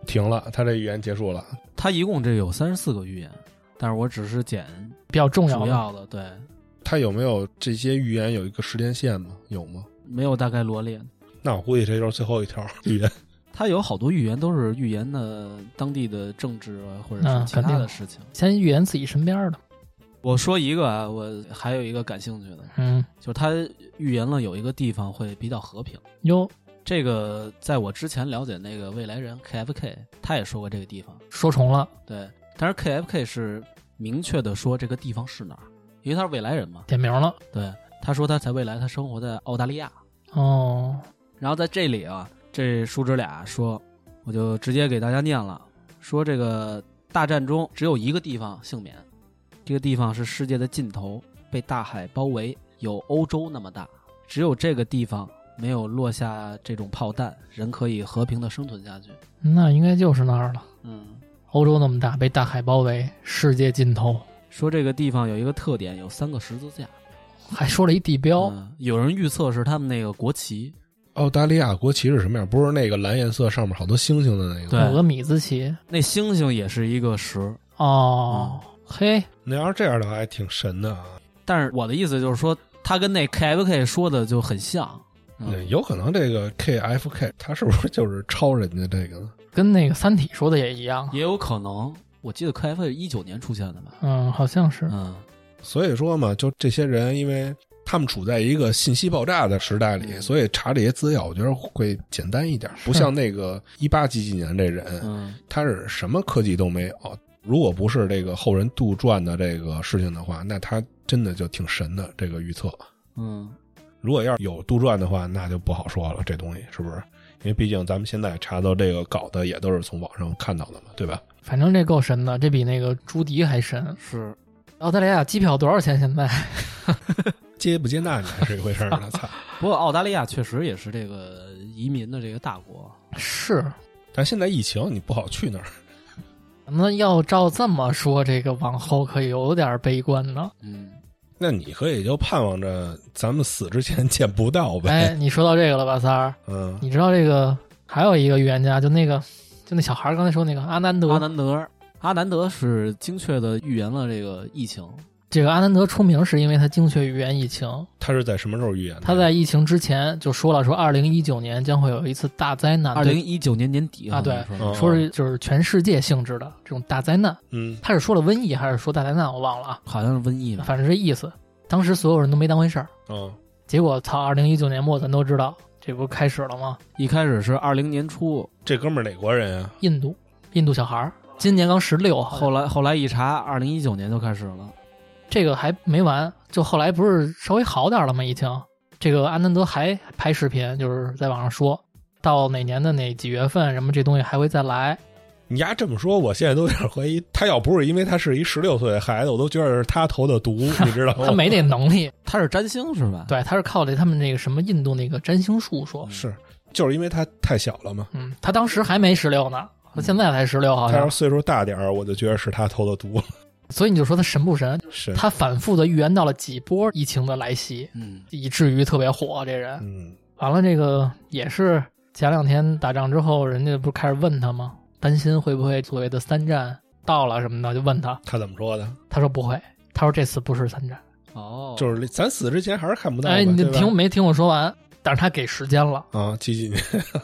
停了，他这语言结束了。
它一共这有三十四个预言，但是我只是捡
比较重要
主
的
要的，对，
他有没有这些预言有一个时间线吗？有吗？
没有大概罗列。
那我估计这就是最后一条预言。
它有好多预言都是预言的当地的政治啊，或者是
嗯
其他
肯
的
定
事情。
先预言自己身边的。
我说一个啊，我还有一个感兴趣的，
嗯，
就是他预言了有一个地方会比较和平。
哟，
这个在我之前了解那个未来人 KFK，他也说过这个地方。
说重了，
对，但是 KFK 是明确的说这个地方是哪儿，因为他是未来人嘛。
点名了。
对，他说他在未来他生活在澳大利亚，
哦，
然后在这里啊，这叔侄俩说，我就直接给大家念了，说这个大战中只有一个地方幸免，这个地方是世界的尽头，被大海包围，有欧洲那么大，只有这个地方没有落下这种炮弹，人可以和平的生存下去。
那应该就是那儿了。
嗯，
欧洲那么大，被大海包围，世界尽头，
说这个地方有一个特点，有三个十字架。
还说了一地标，
嗯有人预测是他们那个国旗，
澳大利亚国旗是什么样？不是那个蓝颜色上面好多星星的那个？
对
有个米字旗。
那星星也是一个十。
哦，
嗯
嘿，
那要是这样的话，还挺神的啊。
但是我的意思就是说，他跟那 KFK 说的就很像。嗯
对，有可能这个 KFK 他是不是就是抄人家这个呢？
跟那个《三体》说的也一样。啊
也有可能。我记得 KFK 一九年出现的吧？
嗯，好像是。
嗯，
所以说嘛，就这些人，因为他们处在一个信息爆炸的时代里，
嗯
所以查这些资料，我觉得会简单一点， 不像那个一八几几年这人，
嗯，
他是什么科技都没有。如果不是这个后人杜撰的这个事情的话，那他真的就挺神的这个预测。
嗯，
如果要是有杜撰的话，那就不好说了，这东西是不是？因为毕竟咱们现在查到这个稿子也都是从网上看到的嘛，对吧？
反正这够神的，这比那个朱迪还神。
是
澳大利亚机票多少钱？现在
接不接纳你还是一回事儿呢， 操！
不过澳大利亚确实也是这个移民的这个大国。
是。
但现在疫情，你不好去那儿。
那要照这么说，这个往后可有点悲观呢。
嗯，
那你可以就盼望着咱们死之前见不到呗。
哎，你说到这个了吧，三儿？
嗯，
你知道这个还有一个预言家，就那个就那小孩儿刚才说那个阿南德，
阿南德，阿南德是精确的预言了这个疫情。
这个阿南德出名是因为他精确预言疫情。
他是在什么时候预言的？
他在疫情之前就说了，说二零一九年将会有一次大灾难，
二
啊对
零一九年年底
啊对
好像是
嗯
说是就是全世界性质的这种大灾难。
嗯，
他是说了瘟疫还是说大灾难？我忘了啊，
好像是瘟疫吧？
反正这意思。当时所有人都没当回事儿，
哦，
结果操，二零一九年末咱都知道，这不开始了吗？
一开始是二零年初，
这哥们儿哪国人啊？
印度，印度小孩儿今年刚十六，
后来后来一查，二零一九年就开始了。
这个还没完，就后来不是稍微好点了吗？疫情，这个安南德还拍视频，就是在网上说，到哪年的哪几月份，什么这东西还会再来。
你丫这么说，我现在都有点怀疑，他要不是因为他是一十六岁的孩子，我都觉得是他 投的毒，你知道
哦
吗？
他没那能力，
他是占星是吧？嗯
对，他是靠着他们那个什么印度那个占星术说，
是，就是因为他太小了嘛。
嗯，他当时还没十六呢，他现在才十六好
嗯他要
像
是，岁数大点儿，我就觉得是他投的 毒。
所以你就说他神不神？
是，
他反复的预言到了几波疫情的来袭，
嗯，
以至于特别火。这人
嗯，
完了，这个也是前两天打仗之后，人家不是开始问他吗？担心会不会所谓的三战到了什么的，就问他，
他怎么说的？
他说不会，他说这次不是三战。
哦，
就是是咱死之前还是看不到嘛。
哎，你
对吧
听没听我说完？但是他给时间了，
啊，几几年？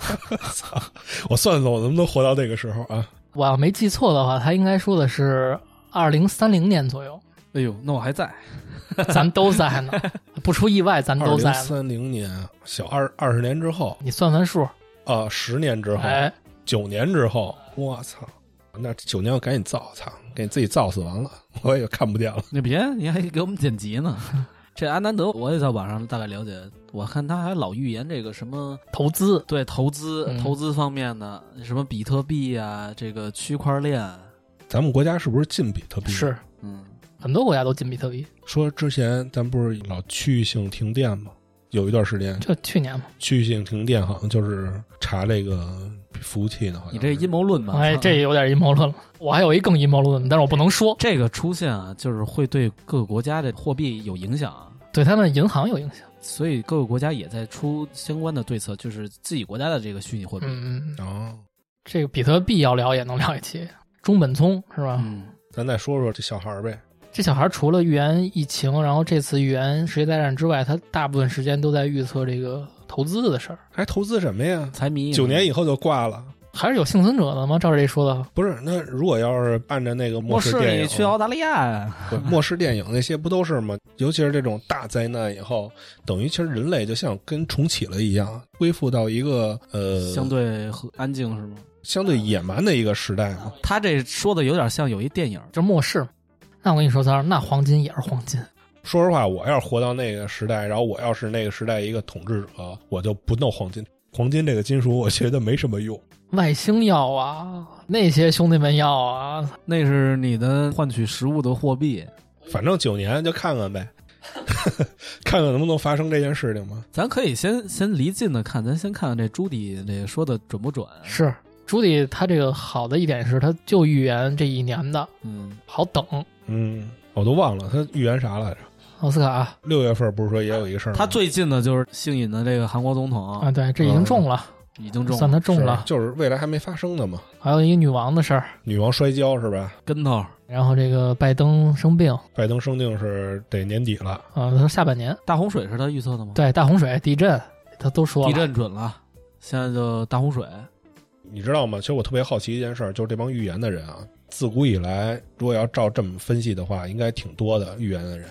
操！我算算，我能不能活到那个时候啊？
我要没记错的话，他应该说的是二零三零年左右，
哎呦，那我还在，
咱都在 呢，不出意外，咱
二
都在
零
呢。
三零年，小二二十年之后
你算算数，
啊，十年之后，
哎，
九年之后，我操！那九年我赶紧造，操，给自己造死完了，我也看不见了。
你别，你还给我们剪辑呢。 这阿南德，我也在网上大概了解，我看他还老预言这个什么
投资
对投资、
嗯
投资方面的，什么比特币啊，这个区块链，
咱们国家是不是禁比特币？
是
嗯，
很多国家都禁比特币，
说之前咱不是老区域性停电吗？有一段时
嗯
间
就去年嘛。
区域性停电，好像就是查这个服务器呢。好像
你这
是
阴谋论吧？
哎，这有点阴谋论了。我还有一更阴谋论的，但是我不能说，
这个出现啊，就是会对各个国家的货币有影响啊，
对他们银行有影响。
所以各个国家也在出相关的对策，就是自己国家的这个虚拟货币。
嗯，嗯，
哦，
这个比特币要聊也能聊一期，中本聪是吧？
嗯，
咱再说说这小孩儿呗。
这小孩除了预言疫情，然后这次预言世界大战之外，他大部分时间都在预测这个投资的事儿。
还投资什么呀？
财迷
九年以
后
后就挂了。
还是有幸存者的吗？照这说的，
不是，那如果要是按照那个末
末
世
世
电
你
影，
去澳大利亚呀，
对末世电影那些不都是吗？尤其是这种大灾难以后，等于其实人类就像跟重启了一样，恢复到一个呃
相对和安静是吗？
相对野蛮的一个时代嘛。
他这说的有点像有一电影，
这末世。那我跟你说，三儿，那黄金也是黄金。
说实话，我要是活到那个时代，然后我要是那个时代一个统治者，我就不弄黄金。黄金这个金属，我觉得没什么用。
外星药啊，那些兄弟们药啊，
那是你的换取食物的货币。
反正九年就看看呗， 看看能不能发生这件事情嘛。
咱可以先先离近的看，咱先看看这朱迪这个说的准不准？
是嗯朱迪他这个好的一点是，他就预言这一年的
嗯，
好等
嗯，我都忘了他预言啥来着。
奥斯卡啊
六月份不是说也有一个事儿吗，
他最近的就是姓尹的这个韩国总
哦
统
啊，对，这已经中了，
已经
嗯
中
算
了
他中了
是。就是未来还没发生的嘛。
还有一个女王的事儿，
女王摔跤是吧？
跟头，
然后这个拜登生病
拜登生病是得年底了，
啊，他说下半年
大洪水是他预测的吗？
对大洪水、地震，他都说
地
了。
震准了，现在就大洪水。
你知道吗？其实我特别好奇一件事儿，就是这帮预言的人啊，自古以来，如果要照这么分析的话，应该挺多的预言的人。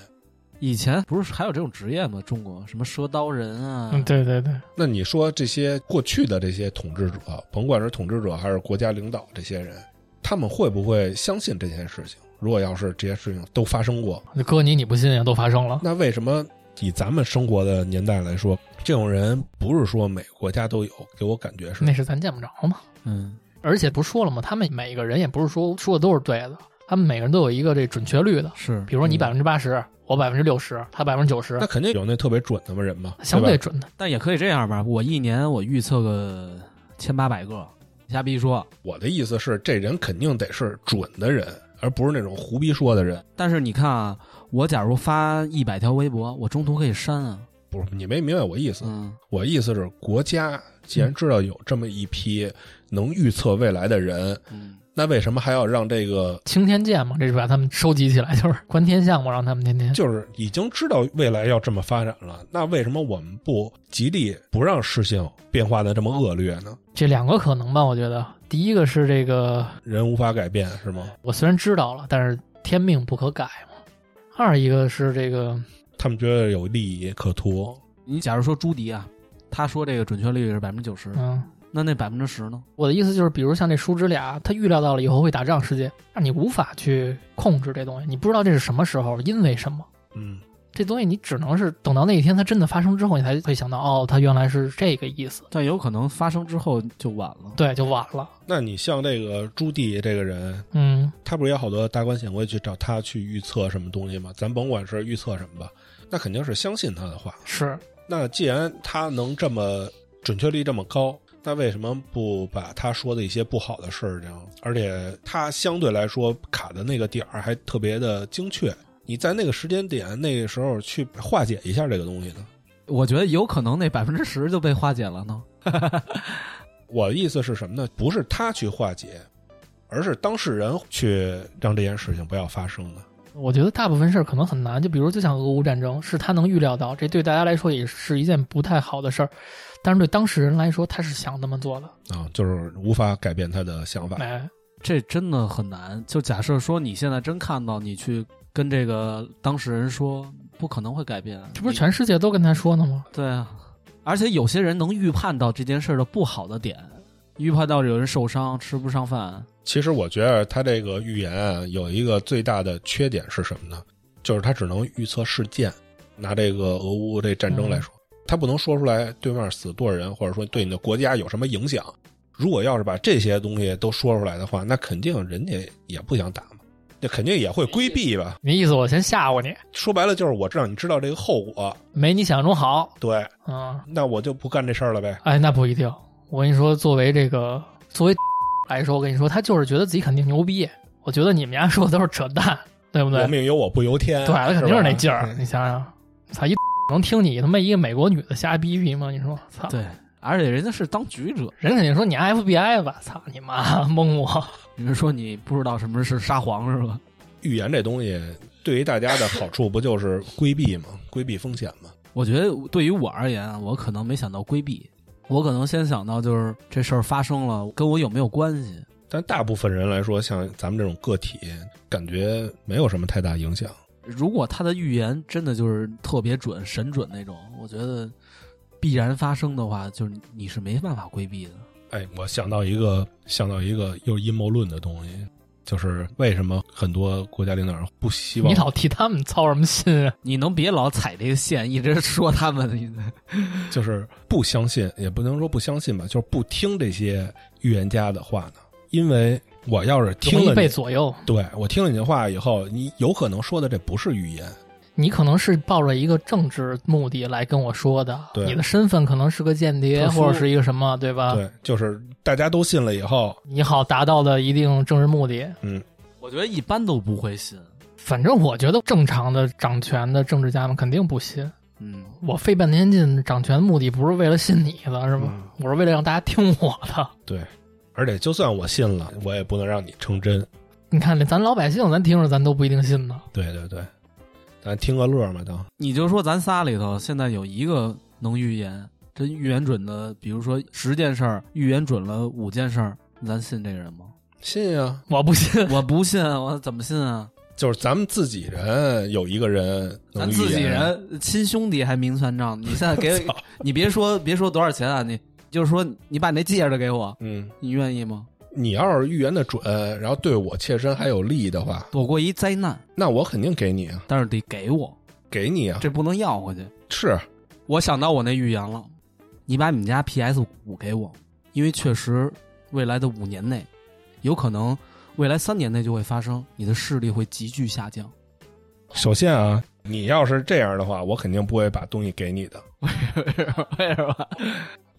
以前不是还有这种职业吗？中国什么赊刀人啊？
嗯，对对对，
那你说这些过去的这些统治者，甭管是统治者还是国家领导这些人，他们会不会相信这件事情？如果要是这些事情都发生过，
那哥你你不信也啊都发生了。
那为什么以咱们生活的年代来说，这种人不是说每个国家都有？给我感觉是
那是咱见不着嘛。
嗯，
而且不是说了吗？他们每个人也不是说说的都是对的，他们每个人都有一个这准确率的，
是
比如说你
嗯
百分之八十，我百分之六十，他百分之九十
那，肯定有那特别准的嘛人嘛，
相
对
对
吧
准的。
但也可以这样吧，我一年我预测个千八百个，瞎逼说。
我的意思是，这人肯定得是准的人，而不是那种胡逼说的人。
但是你看啊，我假如发一百条微博，我中途可以删啊。
不是你没明白我意思，
嗯，
我意思是国家既然知道有这么一批能预测未来的人，
嗯，
那为什么还要让这个
青天剑嘛，这是把他们收集起来，就是观天象嘛，让他们天天
就是已经知道未来要这么发展了，那为什么我们不极力不让事情变化的这么恶劣呢？
这两个可能吧，我觉得第一个是这个
人无法改变是吗？
我虽然知道了，但是天命不可改嘛。二一个是这个
他们觉得有利益可图，
你假如说朱迪啊，他说这个准确率是百分之九十，
嗯，
那那百分之十呢？
我的意思就是，比如像这叔侄俩，他预料到了以后会打仗世界，但你无法去控制这东西，你不知道这是什么时候，因为什么。
嗯，
这东西你只能是等到那一天它真的发生之后，你才会想到哦，它原来是这个意思。
但有可能发生之后就晚了。
对，就晚了。
那你像这个朱棣这个人，
嗯，
他不是有好多达官显贵去找他去预测什么东西吗？咱甭管是预测什么吧，那肯定是相信他的话。
是
那既然他能这么准确率这么高，那为什么不把他说的一些不好的事情，而且他相对来说卡的那个点儿还特别的精确？你在那个时间点、那个时候去化解一下这个东西呢？
我觉得有可能那百分之十就被化解了呢。
我的意思是什么呢？不是他去化解，而是当事人去让这件事情不要发生的。
我觉得大部分事儿可能很难，就比如就像俄乌战争，是他能预料到，这对大家来说也是一件不太好的事儿，但是对当事人来说，他是想这么做的。
啊，就是无法改变他的想法。
哎，
这真的很难。就假设说你现在真看到，你去跟这个当事人说，不可能会改变。
这不是全世界都跟他说呢吗？
对啊？而且有些人能预判到这件事儿的不好的点，预判到有人受伤、吃不上饭。
其实我觉得他这个预言啊，有一个最大的缺点是什么呢？就是他只能预测事件。拿这个俄乌这战争来
嗯
说，他不能说出来对面死多少人，或者说对你的国家有什么影响。如果要是把这些东西都说出来的话，那肯定人家也不想打嘛，那肯定也会规避吧。
你意思我先吓唬你，
说白了就是我让你知道这个后果，
没你想象中好。
对，
嗯，
那我就不干这事儿了呗。
哎，那不一定。我跟你说，作为这个作为 来说，我跟你说，他就是觉得自己肯定牛逼。我觉得你们家说的都是扯淡，对不对
我？命由我不由天，
对，他肯定是那
吧
劲儿。你想想，操一 能听你他妈一个美国女的瞎逼逼吗？你说，操，
对，而且人家是当局者，
人肯定说你 FBI 吧，操你妈，蒙我。
你们说你不知道什么是沙皇是吧？
预言这东西对于大家的好处不就是规避吗？规避风险吗？
我觉得对于我而言啊，我可能没想到规避，我可能先想到就是这事儿发生了，跟我有没有关系？
但大部分人来说，像咱们这种个体，感觉没有什么太大影响。
如果他的预言真的就是特别准、神准那种，我觉得必然发生的话，就是你是没办法规避的。
哎，我想到一个，想到一个又阴谋论的东西，就是为什么很多国家领导人不希望
你老替他们操什么心啊？
你能别老踩这个线，一直说他们，你
就是不相信，也不能说不相信吧，就是不听这些预言家的话呢？因为我要是听
容
了
易被
你，
左右，
对我听了你的话以后，你有可能说的这不是预言，
你可能是抱着一个政治目的来跟我说的，
对
你的身份可能是个间谍
特殊
或者是一个什么，对吧？
对，就是大家都信了以后，
你好达到了一定政治目的。
我觉得一般都不会信。
反正我觉得正常的掌权的政治家们肯定不信。
嗯，
我费半天劲掌权的目的不是为了信你的，是吗？
嗯
我是为了让大家听我的。
对，而且就算我信了，我也不能让你成真。
你看，这咱老百姓，咱听着咱都不一定信呢。
对对对，咱听个乐儿嘛，当
你就说咱仨里头现在有一个能预言，真预言准的，比如说十件事儿，预言准了五件事儿，咱信这个人吗？
信啊。
我不 信，
我不信，我怎么信啊？
就是咱们自己人有一个人
咱
能预言，啊
自己人亲兄弟还明算账，你现 在给
操
你别说别说多少钱啊，你就是说你把你那戒指给我，
嗯，
你愿意吗？
你要是预言的准，然后对我切身还有利益的话，
躲过一灾难，
那我肯定给你啊，
但是得给我，
给你啊，
这不能要回去。
是
我想到我那预言了，你把你们家 PS 五给我，因为确实未来的五年内，有可能未来三年内就会发生，你的视力会急剧下降。
首先啊，你要是这样的话，我肯定不会把东西给你的。
为什么？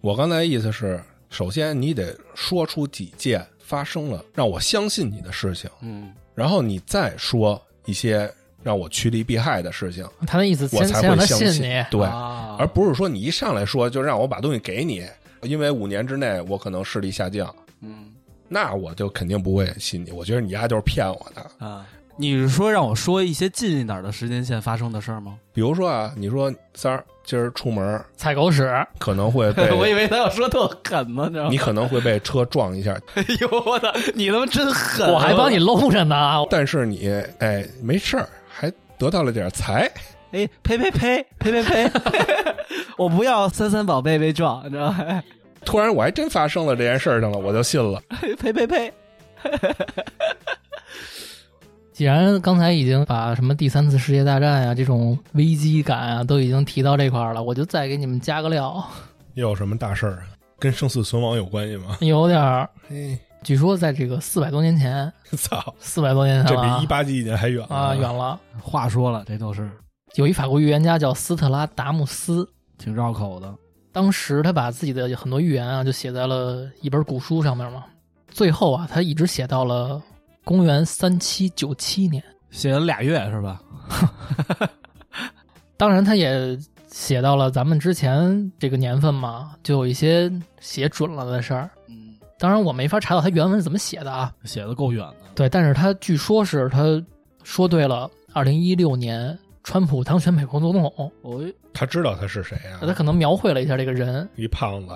我刚才意思是，首先你得说出几件发生了让我相信你的事情，
嗯，
然后你再说一些让我趋利避害的事情，
他那意思
我
先
才
先让他
会相
信
信
你。
对，
啊
而不是说你一上来说就让我把东西给你，因为五年之内我可能视力下降，
嗯
那我就肯定不会信你。我觉得你丫就是骗我的。
啊，你是说让我说一些近一点的时间线发生的事儿 吗？
比如说啊，你说三儿今儿出门
踩狗屎，
可能会
我以
被
为他要说特狠呢，你知道吗
你？可能会被车撞一下，
哎呦我操，你他妈真狠！啊
我还帮你搂着呢。
但是你哎没事儿，还得到了点财。
哎呸呸呸呸呸呸！ 我不要三三宝贝被撞，你知道吗？哎
突然我还真发生了这件事儿上了，我就信了。
呸呸呸！
既然刚才已经把什么第三次世界大战啊这种危机感啊都已经提到这块儿了，我就再给你们加个料，
又有什么大事儿啊？跟生死存亡有关系吗？
有点儿。
嘿，
据说在这个四百多年前，
操，
四百多年前
这
了啊
比一八几年还远了
啊远了，
话说了，这都是
有一法国预言家叫斯特拉达姆斯，
挺绕口的。
当时他把自己的很多预言啊，就写在了一本古书上面嘛。最后啊，他一直写到了公元三七九七年。
写了俩月是吧？
当然，他也写到了咱们之前这个年份嘛，就有一些写准了的事儿。
嗯，
当然，我没法查到他原文是怎么写的啊。
写的够远的。
对，但是他据说是他说对了，二零一六年川普当选美国总统，
我、
他知道他是谁啊？
他可能描绘了一下这个人，
一胖子，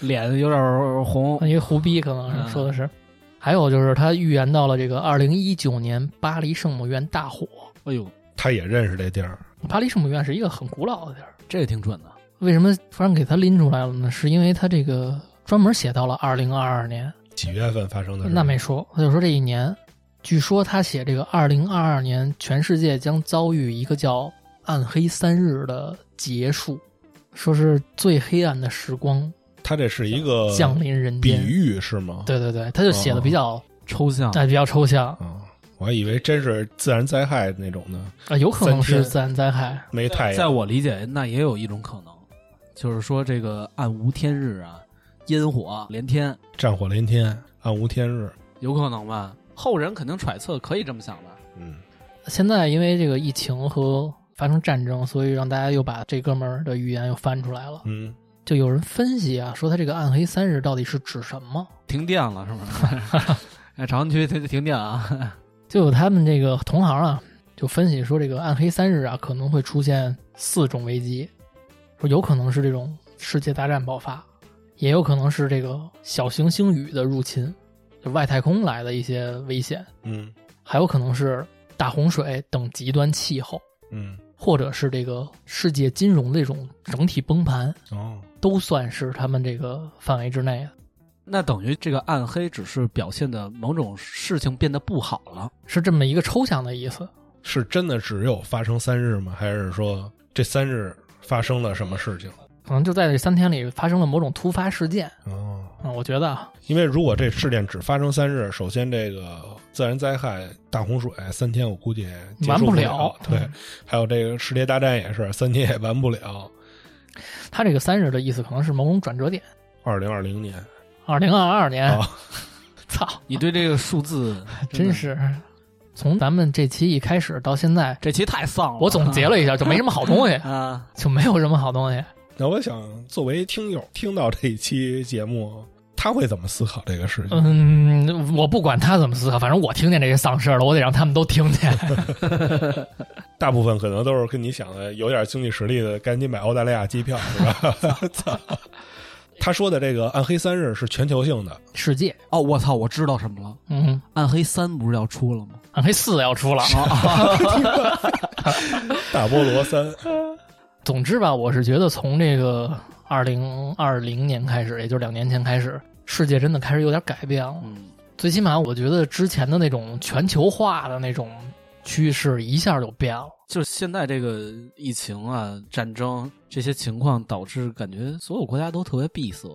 脸有点红。
一个胡逼可能是说的是。还有就是他预言到了这个二零一九年巴黎圣母院大火。
哎呦，
他也认识这地儿，
巴黎圣母院是一个很古老的地儿，
这也挺准的。
为什么突然给他拎出来了呢？是因为他这个专门写到了二零二二年，
几月份发生的事？
那没说，他就说这一年，据说他写这个二零二二年，全世界将遭遇一个叫“暗黑三日”的结束，说是最黑暗的时光
他这是一个
降临人
呃比
间。
喻哦是吗？
对对对，他就写的比较
抽象，
哎、比较抽象啊、
啊，我还以为真是自然灾害那种呢，
呃有可能
三
是
天
自然灾害。
没太阳。
在我理解，那也有一种可能，就是说这个暗无天日啊，烟火连天，
战火连天，暗无天日。
有可能吧？后人肯定揣测，可以这么想吧？
嗯，
现在因为这个疫情和发生战争，所以让大家又把这哥们儿的预言又翻出来了。
嗯，
就有人分析啊，说他这个暗黑三日到底是指什么？
停电了是吗？ 哎，朝阳区停停电啊！
就有他们这个同行啊，就分析说这个暗黑三日啊可能会出现四种危机，说有可能是这种世界大战爆发，也有可能是这个小行星雨的入侵，就外太空来的一些危险，
嗯，
还有可能是大洪水等极端气候，
嗯，
或者是这个世界金融的这种整体崩盘，
哦，
都算是他们这个范围之内的。
那等于这个暗黑只是表现的某种事情变得不好了，
是这么一个抽象的意思，
是真的只有发生三日吗？还是说这三日发生了什么事情？
可能就在这三天里发生了某种突发事件
哦，
啊、嗯我觉得啊，
因为如果这事件只发生三日，首先这个自然灾害、大洪水三天，我估计也结
完
束不
了。
对，
嗯
还有这个世界大战也是三天也完不了。
他这个三日的意思可能是某种转折点。
二零二零年
二零二二年，
啊，
操、
你对这个数字
真
的
是从咱们这期一开始到现在，
这期太丧了。，
我总结了一下，就没什么好东西
啊，
就没有什么好东西。
那我想作为听友听到这一期节目，他会怎么思考这个事情？
嗯，我不管他怎么思考，反正我听见这些丧事儿了，我得让他们都听见。
大部分可能都是跟你想的有点经济实力的，赶紧买澳大利亚机票是 吧？操！他说的这个暗黑三日是全球性的，
世界，
哦，我操，我知道什么了，
嗯，
《暗黑三》不是要出了吗？
暗黑四要出了。
啊
大菠萝三，
总之吧，我是觉得从这个二零二零年开始，也就是两年前开始，世界真的开始有点改变了。
嗯，
最起码，我觉得之前的那种全球化的那种趋势一下就变了。
就是现在这个疫情啊、战争这些情况，导致感觉所有国家都特别闭塞。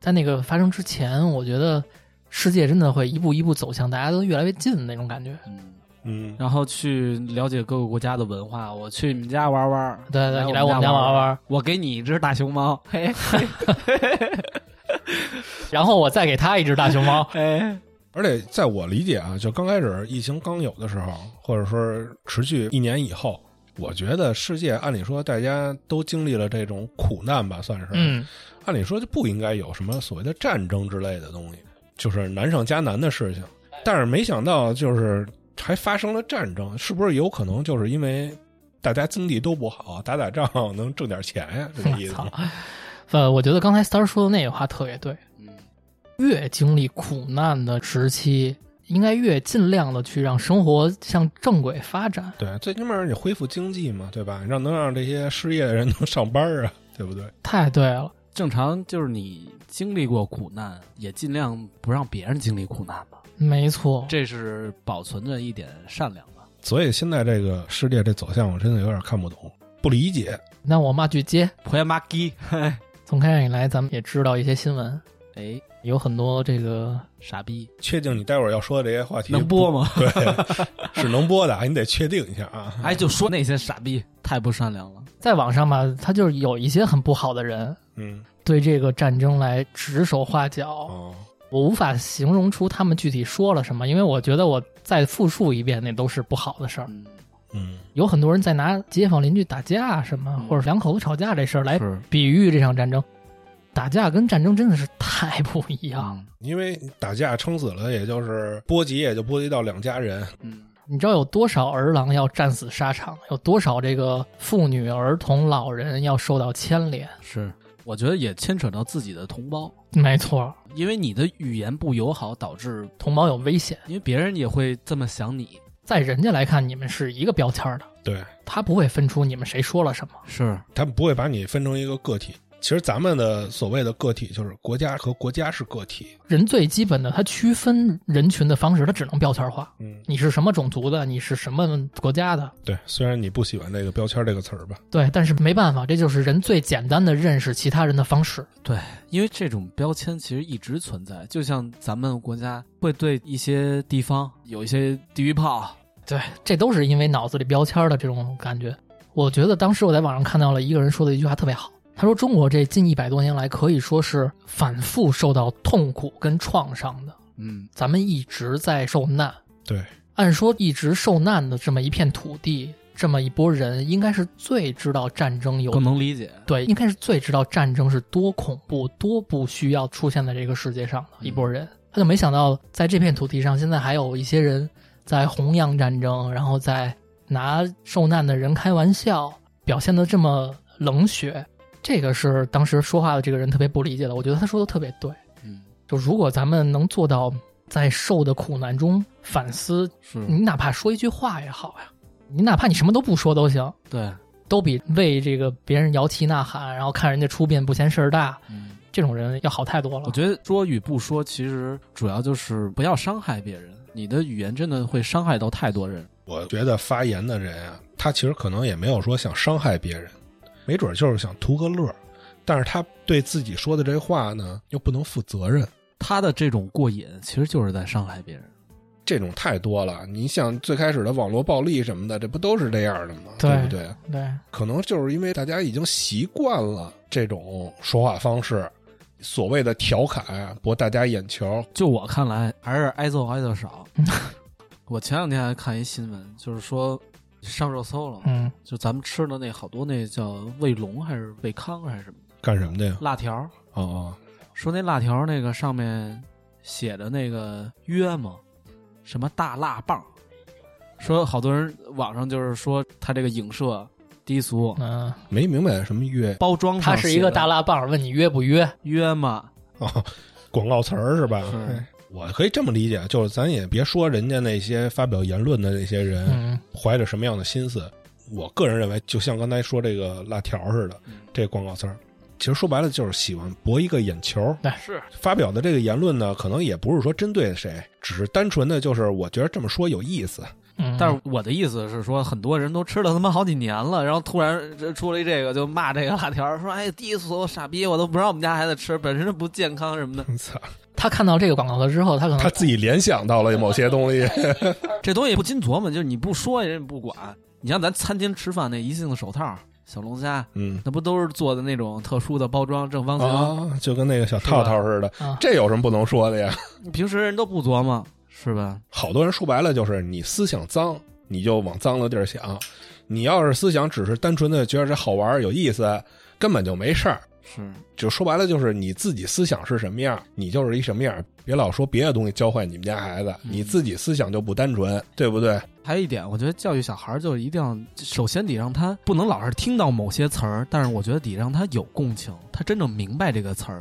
在那个发生之前，我觉得世界真的会一步一步走向大家都越来越近的那种感觉。
嗯，
嗯，
然后去了解各个国家的文化。我去你们家玩玩，
对对，你来我们
家
家玩
玩，
玩，
我给你一只大熊猫。嘿，。
然后我再给他一只大熊猫
哎，
而且在我理解啊，就刚开始疫情刚有的时候，或者说持续一年以后，我觉得世界按理说大家都经历了这种苦难吧，算是，，
嗯，
按理说就不应该有什么所谓的战争之类的东西，就是难上加难的事情。但是没想到，就是还发生了战争，是不是有可能就是因为大家经济都不好，打打仗能挣点钱呀、这个意
我
思
操
吗？！
呃，我觉得刚才三儿说的那句话特别对，
嗯，
越经历苦难的时期，应该越尽量的去让生活向正轨发展。
对，最起码你恢复经济嘛，对吧？让能让这些失业的人能上班啊，对不对？
太对了，
正常就是你经历过苦难，也尽量不让别人经历苦难吧。
没错，
这是保存着一点善良吧。
所以现在这个世界这走向，我真的有点看不懂，不理解。
那我骂句街。
婆家妈鸡，
从开展以来，咱们也知道一些新闻，
哎，
有很多这个
傻逼，
确定你待会儿要说的这些话题
能播？吗？
不对， 是能播的啊，你得确定一下啊。
哎，就说那些傻逼太不善良了。
在网上吧，他就是有一些很不好的人
嗯，
对这个战争来指手画脚，
哦，
我无法形容出他们具体说了什么，因为我觉得我再复述一遍，那都是不好的事儿。
嗯，
嗯，
有很多人在拿街坊邻居打架什么，
嗯
或者两口子吵架这事儿来
是
比喻这场战争。打架跟战争真的是太不一样。了。
嗯
因为打架撑死了，也就是波及，也就波及到两家人。
嗯，
你知道有多少儿郎要战死沙场，有多少这个妇女、儿童、老人要受到牵连？
是，我觉得也牵扯到自己的同胞，
没错，
因为你的语言不友好，导致
同胞有危险，
因为别人也会这么想你。
在人家来看你们是一个标签儿的，
对
他不会分出你们谁说了什么。
是，
他们不会把你分成一个个体。其实咱们的所谓的个体，就是国家和国家是个体。
人最基本的，他区分人群的方式，他只能标签化。
嗯，
你是什么种族的，你是什么国家的，
对。虽然你不喜欢这个“标签”这个词儿吧，
对，但是没办法，这就是人最简单的认识其他人的方式。
因为这种标签其实一直存在，就像咱们国家会对一些地方有一些地域炮，
对，这都是因为脑子里标签的这种感觉。我觉得当时我在网上看到了一个人说的一句话特别好，他说：“中国这近一百多年来可以说是反复受到痛苦跟创伤的，
嗯，
咱们一直在受难。
对，
按说一直受难的这么一片土地，这么一波人，应该是最知道战争有
更能理解。
对，应该是最知道战争是多恐怖、多不需要出现在这个世界上的一拨人。他就没想到，在这片土地上，现在还有一些人在弘扬战争，然后在拿受难的人开玩笑，表现的这么冷血。这个是当时说话的这个人特别不理解的。我觉得他说的特别对。
嗯，
就如果咱们能做到在受的苦难中反思，
是
你哪怕说一句话也好呀，你哪怕你什么都不说都行。
对，
都比为这个别人摇旗呐喊，然后看人家出殡不嫌事儿大，
嗯，
这种人要好太多了
我。觉得说与不说，其实主要就是不要伤害别人。你的语言真的会伤害到太多人。
我觉得发言的人啊，他其实可能也没有说想伤害别人，没准就是想图个乐儿，但是他对自己说的这话呢，又不能负责任。
他的这种过瘾，其实就是在伤害别人。
这种太多了，你像最开始的网络暴力什么的，这不都是这样的吗？
对
不对？
对，
可能就是因为大家已经习惯了这种说话方式，所谓的调侃博大家眼球。
就我看来，还是挨揍挨的少。
嗯
我前两天还看一新闻，就是说上热搜了嘛，
嗯，
就咱们吃的那好多那叫卫龙还是卫康还是什么
干什么的呀？
辣条，
哦哦，
说那辣条那个上面写的那个约吗？什么大辣棒？说好多人网上就是说他这个影射低俗，
嗯，
没明白什么约
包装
他
上
是一个大
辣
辣棒，问你约不约？
约吗？
哦，广告词儿是吧？哎
是
我可以这么理解，就是咱也别说人家那些发表言论的那些人、
嗯，
怀着什么样的心思。我个人认为，就像刚才说这个辣条似的
嗯，
这广告词儿，其实说白了就是喜欢博一个眼球。
是
发表的这个言论呢，可能也不是说针对谁，只是单纯的就是我觉得这么说有意思。
嗯
但是我的意思是说，很多人都吃了他妈好几年了，然后突然这出来这个就骂这个辣条，说哎低俗傻逼，我都不让我们家孩子吃，本身就不健康什么的，
操，
他看到这个广告了之后，他可
他
能
自己联想到了某些东西。
这东西不经琢磨，就是你不说人也不管。你像咱餐厅吃饭那一次性手套、小龙虾，
嗯
那不都是做的那种特殊的包装正方形？
啊，就跟那个小套套似的
吧啊，
这有什么不能说的呀？
你平时人都不琢磨，是吧？
好多人说白了就是你思想脏，你就往脏的地儿想。你要是思想只是单纯的觉得这好玩儿有意思，根本就没事儿。
是，
就说白了，就是你自己思想是什么样，你就是一什么样。别老说别的东西教坏你们家孩子，
嗯
你自己思想就不单纯，对不对？
还有一点，我觉得教育小孩儿就是一定要，首先得让他不能老是听到某些词儿，但是我觉得得让他有共情，他真正明白这个词儿。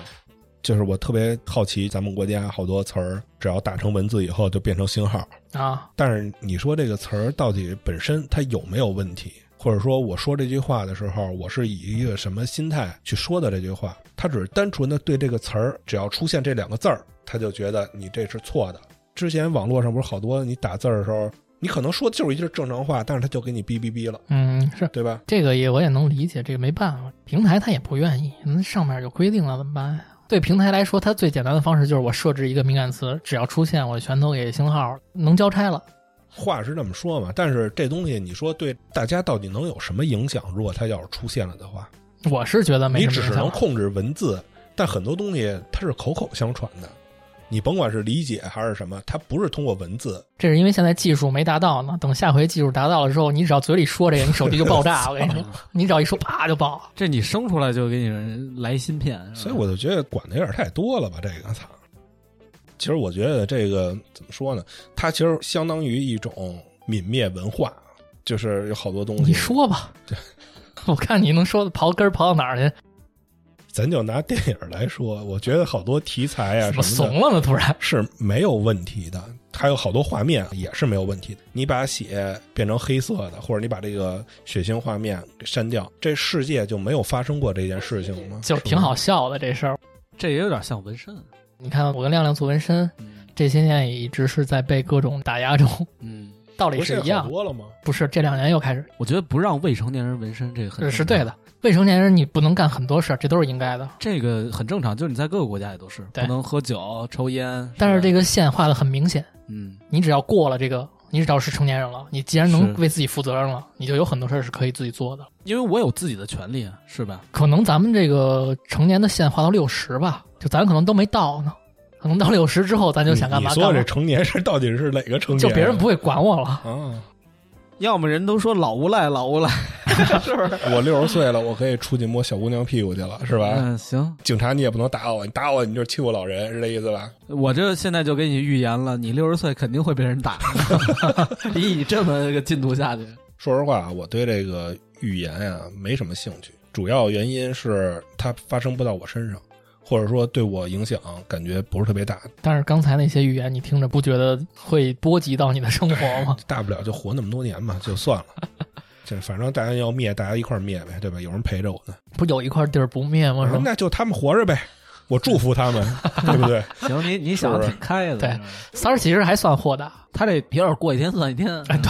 就是我特别好奇，咱们国家好多词儿，只要打成文字以后就变成星号。
啊，
但是你说这个词儿到底本身它有没有问题，或者说我说这句话的时候，我是以一个什么心态去说的这句话？他只是单纯的对这个词儿，只要出现这两个字儿，他就觉得你这是错的。之前网络上不是好多你打字儿的时候，你可能说就是一句正常话，但是他就给你哔哔哔了，
嗯，是
对吧？
这个也我也能理解，这个没办法，平台他也不愿意，嗯，上面有规定了，怎么办呀？对平台来说，它最简单的方式就是我设置一个敏感词，只要出现，我全都给星号，能交差了。
话是这么说嘛，但是这东西你说对大家到底能有什么影响？如果它要是出现了的话，
我是觉得没
你
什
只
么
是
影
能
响。
控制文字，但很多东西它是口口相传的，你甭管是理解还是什么，它不是通过文字。
这是因为现在技术没达到呢，等下回技术达到了之后，你只要嘴里说这个，你手机就爆炸。我跟你说，你只要一说，啪就爆了。
这你生出来就给你来芯片，
嗯
是吧
所以我就觉得管的有点太多了吧，这个操。其实我觉得这个怎么说呢？它其实相当于一种泯灭文化，就是有好多东西。
你说吧， 我看你能说的刨根儿刨到哪儿去？
咱就拿电影来说，我觉得好多题材啊
怎么
什么
怂
的
了呢？突然，
是没有问题的，还有好多画面也是没有问题的。你把血变成黑色的，或者你把这个血腥画面给删掉，这世界就没有发生过这件事情吗？
就是
吧
挺好。笑的这事儿。
这也有点像纹身。
你看，我跟亮亮做纹身，
嗯
这些年也一直是在被各种打压中，
嗯，
道
不
理
是
是一
现在好
样。
多了吗？
不是这两年又开始，
我觉得不让未成年人纹身这个很
是是
正常
对的。未成年人你不能干很多事儿，这都是应该的。
这个很正常，就是你在各个国家也都是
对
不能喝酒、抽烟。
但是这
个，
个线画的很明显，
嗯，
你只要过了这个，你只要是成年人了，你既然能
是
为自己负责任了，你就有很多事儿是可以自己做的。
因为我有自己的权利，啊是吧？
可能咱们这个成年的线画到六十吧，就咱可能都没到呢，可能到六十之后咱就想干嘛
你
干
说这
嘛，
成年是到底是哪个成年？
就别人不会管我了。
啊！
要么人都说老无赖，老无赖，
我六十岁了，我可以出去摸小姑娘屁股去了，是吧？
嗯，行，
警察你也不能打我，你打我你就是欺负老人，是这意思吧？
我这现在就给你预言了，你六十岁肯定会被人 打。以你这么个进度下去，
说实话，啊我对这个预言啊没什么兴趣，主要原因是它发生不到我身上，或者说对我影响感觉不是特别大，
但是刚才那些语言，你听着不觉得会波及到你的生活 吗？
大不了就活那么多年嘛，就算了。这反正大家要灭，大家一块儿灭呗，对吧？有人陪着我呢，
不有一块地儿不灭吗？是吧？
那就他们活着呗，我祝福他们， 对不对？
行，你你想的挺开的。
对三儿其实还算豁达，
他这有点过一天算一天。啊
哎，对，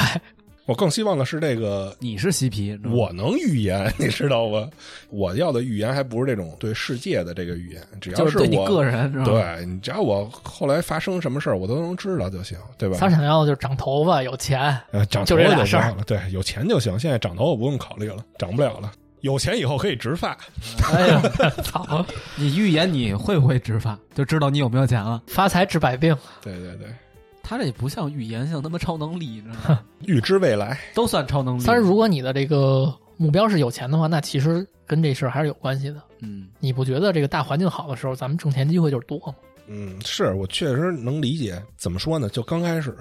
我更希望的是这个
你是嬉皮，是吧
我能预言，你知道吗？我要的预言还不是这种对世界的这个预言，只要
就是对你
我
个人，
嗯
是吧？
对你只要我后来发生什么事儿，我都能知道就行，对吧
三？儿想要的就是长头发、有 钱，
呃，长
就
头
这
发
俩
就
事
不
儿
要了，对，有钱就行。现在长头发不用考虑了，长不了了。有钱以后可以植发，
哎呀，
操，
你预言你会不会植发，就知道你有没有钱了。
发财治百病。
对对对，
他这也不像预言，像他妈超能力，你知道 吗？
预知未来。
都算超能力。
三儿，如果你的这个目标是有钱的话，那其实跟这事儿还是有关系的。
嗯，
你不觉得这个大环境好的时候，咱们挣钱机会就是多吗？
嗯，是我确实能理解。怎么说呢？就刚开始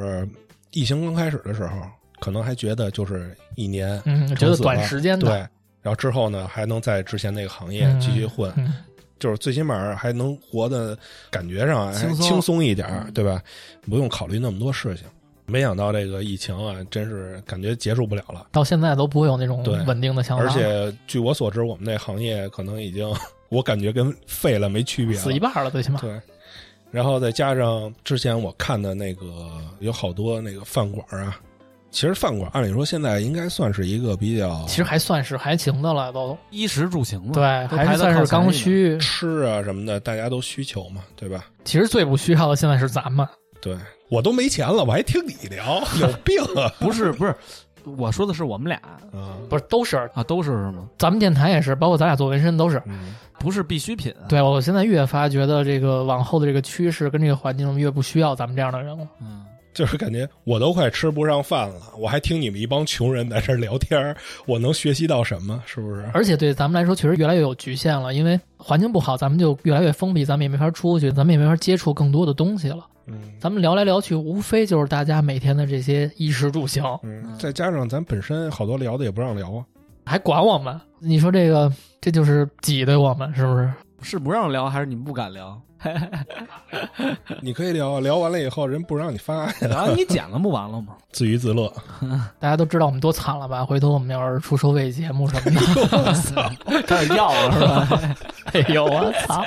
疫情刚开始的时候，可能还觉得就是一年，
嗯，觉
撑
得
死
短
了
时间
对
的，。
然后之后呢，还能在之前那个行业继续混，
嗯，
就是最起码还能活的感觉上还
轻松
轻松一点儿
嗯，
对吧？不用考虑那么多事情。没想到这个疫情啊，真是感觉结束不了了。
到现在都不会有那种
对
稳定的想法，
而且据我所知，我们那行业可能已经， 我感觉跟废了没区别了。
死一半了，最起码。
对，然后再加上之前我看的那个有好多那个饭馆啊，其实饭馆按理说现在应该算是一个比较
其实还算是还行的了，都
衣食住行嘛，
对，
都
还
排
是
在
算
靠
是
前
刚
一点。
需。
吃啊什么的，大家都需求嘛，对吧？
其实最不需要的现在是咱们，
对我都没钱了，我还听你聊，有病啊！
不是不是，我说的是我们俩
啊，
不是都是
啊，都是是吗？
咱们电台也是，包括咱俩做纹身都是。
嗯，
不是必需品。啊
对我现在越发觉得这个往后的这个趋势跟这个环境越不需要咱们这样的人了。
嗯，
就是感觉我都快吃不上饭了，我还听你们一帮穷人在这儿聊天儿，我能学习到什么？是不是？
而且对咱们来说，确实越来越有局限了，因为环境不好，咱们就越来越封闭，咱们也没法出去，咱们也没法接触更多的东西了。
嗯
咱们聊来聊去，无非就是大家每天的这些衣食住行，
嗯，再加上咱本身好多聊的也不让聊啊，
还管我们？你说这个，这就是挤兑我们，是不是？
是不让聊还是你们不敢聊？
你可以聊，聊完了以后人不让你 发，
然后你剪了不完了吗？
自娱自乐。
大家都知道我们多惨了吧？回头我们要是出收费节目什么 的，
开始要了是 吧？
哎呦我操！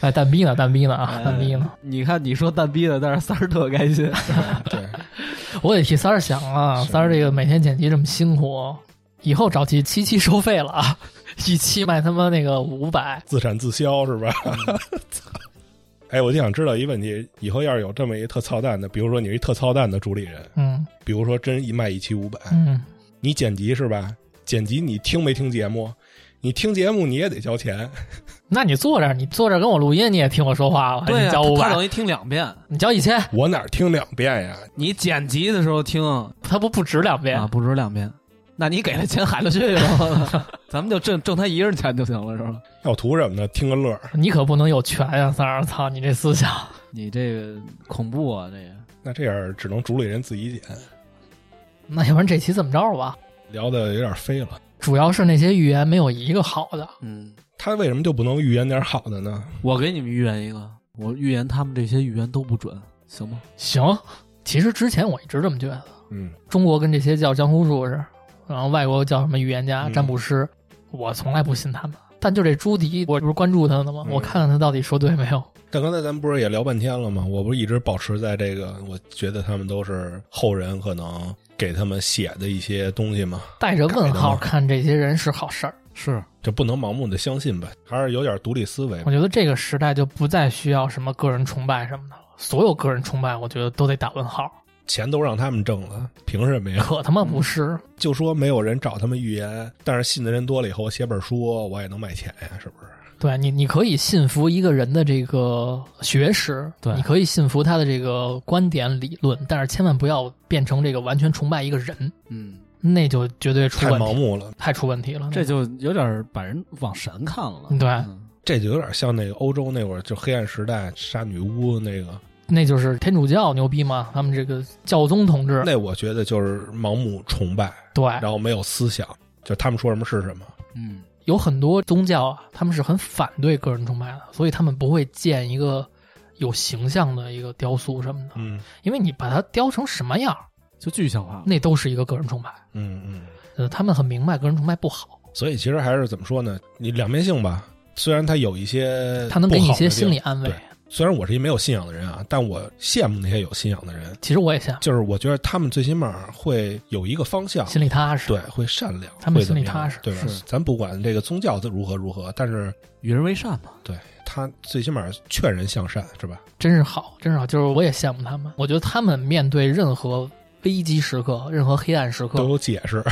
哎，蛋逼呢？蛋逼呢
哎
啊？蛋逼呢？
你看你说蛋逼的，但是三儿特开心。
对，
我得替三儿想啊，
是
三儿这个每天剪辑这么辛苦，以后找期七期收费了啊， 一期卖他妈那个五百，
自产自销是吧？嗯 哎，我就想知道一问题，以后要是有这么一特操蛋的，比如说你是一特操蛋的主理人，
嗯
比如说真一卖一期五百，
嗯，
你剪辑是吧？剪辑你听没听节目？你听节目你也得交钱，
那你坐这儿，你坐这儿跟我录音，你也听我说话，我还
对
你
呀、
交五
他
百，
等于听两遍。
你交一千，
我哪儿听两遍呀？
你剪辑的时候听啊，
他不不止两遍？
不止两遍。那你给他钱喊他去吧， 咱们就挣挣他一人钱就行了，是吧？
要图什么呢？听个乐儿。
你可不能有权呀、三儿！操你这思想，
你这个恐怖啊，这个
那这样只能主理人自己剪，
那要不然这期这么着吧？
聊的有点飞了。
主要是那些预言没有一个好的，
嗯，
他为什么就不能预言点好的呢？
我给你们预言一个，我预言他们这些预言都不准，行吗？
行，其实之前我一直这么觉得，
嗯，
中国跟这些叫江湖术士，然后外国叫什么预言家、
嗯
占卜师，我从来不信他们。但就这朱迪，我不是关注他呢吗？
嗯
我看看他到底说对没有。
但刚才咱们不是也聊半天了吗？我不是一直保持在这个，我觉得他们都是后人可能给他们写的一些东西嘛，
带着问
改的
号
吗
看这些人是好事儿。
是，
就不能盲目的相信吧，还是有点独立思维吧
我。觉得这个时代就不再需要什么个人崇拜什么的了，所有个人崇拜，我觉得都得打问号。
钱都让他们挣了，凭什么呀？
可他妈不是，
就说没有人找他们预言，但是信的人多了以后，我写本书我也能卖钱呀，是不是？
对你，你可以信服一个人的这个学识，
对
你可以信服他的这个观点理论，但是千万不要变成这个完全崇拜一个人，
嗯，
那就绝对出
太
问
盲
题，
目了，
太出问题了。
这就有点把人往神看了。
对
嗯
这就有点像那个欧洲那会儿就黑暗时代杀女巫那个，
那就是天主教牛逼嘛，他们这个教宗同志，
那我觉得就是盲目崇拜，
对，
然后没有思想，就他们说什么是什么。
嗯，
有很多宗教啊，他们是很反对个人崇拜的，所以他们不会建一个有形象的一个雕塑什么的，
嗯
因为你把它雕成什么样儿，
就具象化了。
那都是一个个人崇拜。
嗯嗯。
呃，他们很明白个人崇拜不好，
所以其实还是怎么说呢？你两面性吧，虽然它有一些
他能给你一些心理
呃不好
安慰
的地。方。对，虽然我是一没有信仰的人啊，但我羡慕那些有信仰的人，
其实我也想
就是我觉得他们最起码会有一个方向，
心里踏实。
对，会善良，
他们
会怎
心
么
里踏
样
实
对吧
是？
咱不管这个宗教如何如何，但是
与人为善嘛。
他最起码劝人向善，是吧？
真是好，真是好。就是我也羡慕他们，我觉得他们面对任何危机时刻、任何黑暗时
都
刻，
有解释，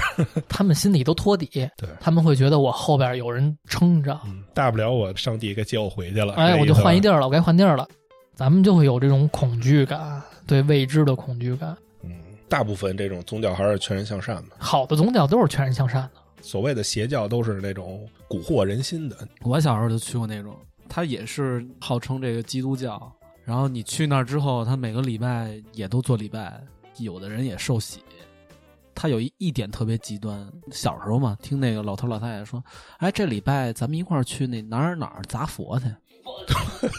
他们心里都托底，
对。
他们会觉得我后边有人撑着，
嗯， 大不了我上帝给接我回去了，
哎，
这
我就
意思吧
换一地儿了，我该换地儿了。咱们就会有这种恐惧感，对未知的恐惧感。
嗯，大部分这种宗教还是劝人向善嘛，
好的宗教都是劝人向善的，
所谓的邪教都是那种蛊惑人心的，
我小时候就去过那种，他也是号称这个基督教。然后你去那儿之后，他每个礼拜也都做礼拜，有的人也受洗。他有一一点特别极端，小时候嘛，听那个老头老太太说：“哎，这礼拜咱们一块儿去那哪儿哪儿砸佛去。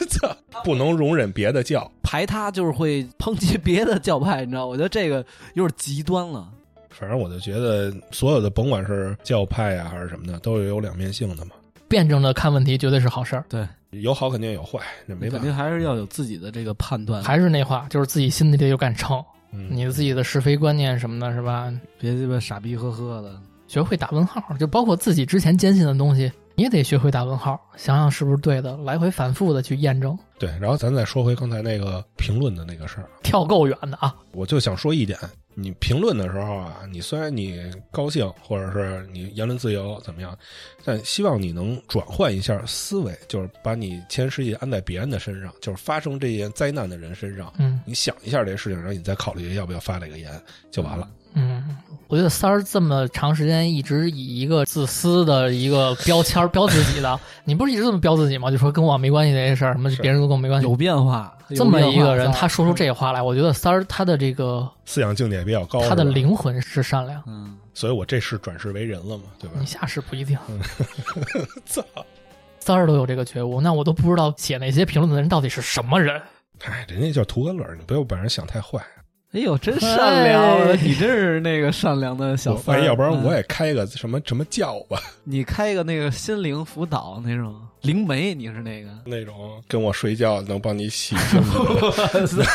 这不能容忍别的教。”
排他就是会抨击别的教派，你知道？我觉得这个有点极端了。
反正我就觉得，所有的甭管是教派啊还是什么的，都是有两面性的嘛，
辩证的看问题绝对是好事儿。
对，
有好肯定有坏，这没
肯
办
定
法。
还是要有自己的这个判断，
还是那话，就是自己心里得有杆秤，
嗯，
你自己的是非观念什么的，是吧？
别鸡巴傻逼呵呵的。
学会打问号，就包括自己之前坚信的东西，你也得学会打问号，想想是不是对的，来回反复的去验证。
对。然后咱再说回刚才那个评论的那个事儿，
跳够远的啊，
我就想说一点：你评论的时候啊，你虽然你高兴，或者是你言论自由怎么样，但希望你能转换一下思维，就是把你前世也安在别人的身上，就是发生这些灾难的人身上，
嗯
你想一下这事情，然后你再考虑要不要发这个言，就完了。
嗯，我觉得三儿这么长时间一直以一个自私的一个标签儿标自己的，你不是一直这么标自己吗？就说跟我没关系这些事儿，什么
是
别人都跟我没关系
有。变化，有
哎
啊
这么一个
变
人，
化
他说出，这话来，我觉得三儿他的这个
思想境界比较高，
他的
是吧
灵魂是善良，
嗯，
所以我这世转世为人了嘛，对吧
你？下世不一定。
操！
三儿都有这个觉悟，那我都不知道写那些评论的人到底是什么人。
哎，人家叫图个乐儿，你不要把人想太坏。
哎呦，真
善良啊
你真是那个善良的小
我
三
哎
儿。
要不然我
嗯
也开个什么什么教吧，
你开一个那个心灵辅导那种灵媒，你是那个
那种跟我睡觉能帮你洗净你的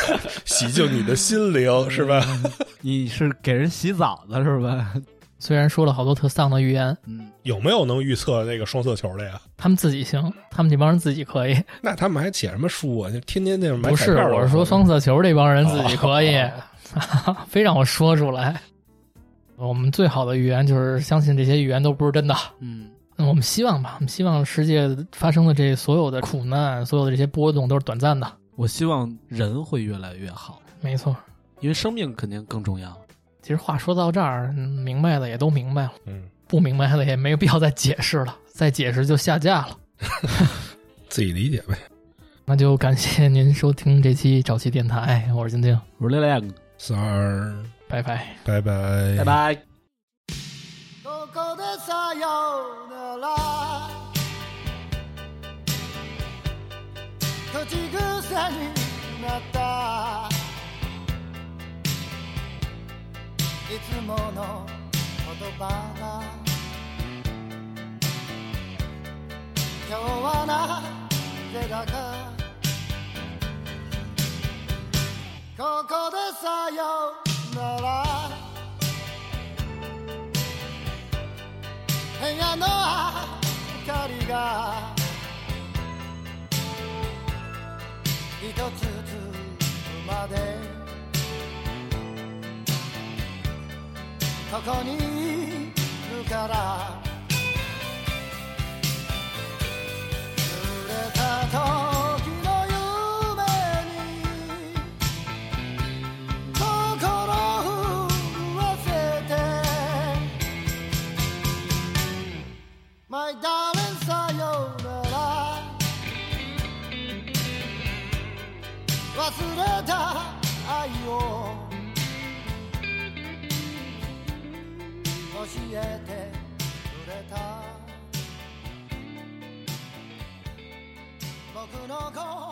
洗净你的心灵， 是吧？
你是给人洗澡的是吧？
虽然说了好多特丧的预言，
嗯，
有没有能预测那个双色球的呀？
他们自己行，他们这帮人自己可以。
那他们还写什么书啊？就天天那种买
不
彩
是，
票的
我是说双色球这帮人自己可以，
哦
非让我说出来。我们最好的预言就是相信这些预言都不是真的。
嗯，
嗯我们希望吧，我们希望世界发生的这所有的苦难，所有的这些波动都是短暂的。
我希望人会越来越好，
没错，
因为生命肯定更重要。
其实话说到这儿，嗯明白的也都明白了，
嗯，
不明白的也没有必要再解释了，再解释就下架了。
自己理解呗。
那就感谢您收听这期早期电台，我是晶晶，
我是亮亮，
三儿，
拜拜。
拜拜，
拜。拜。
ここでさようなら口癖になったいつもの言葉が今日はなぜだかここでさようなら部屋の明かりが一つずつまでここにいるから濡れた時の夢に心震わせて My darling さようなら忘れた愛を教えてくれた僕の声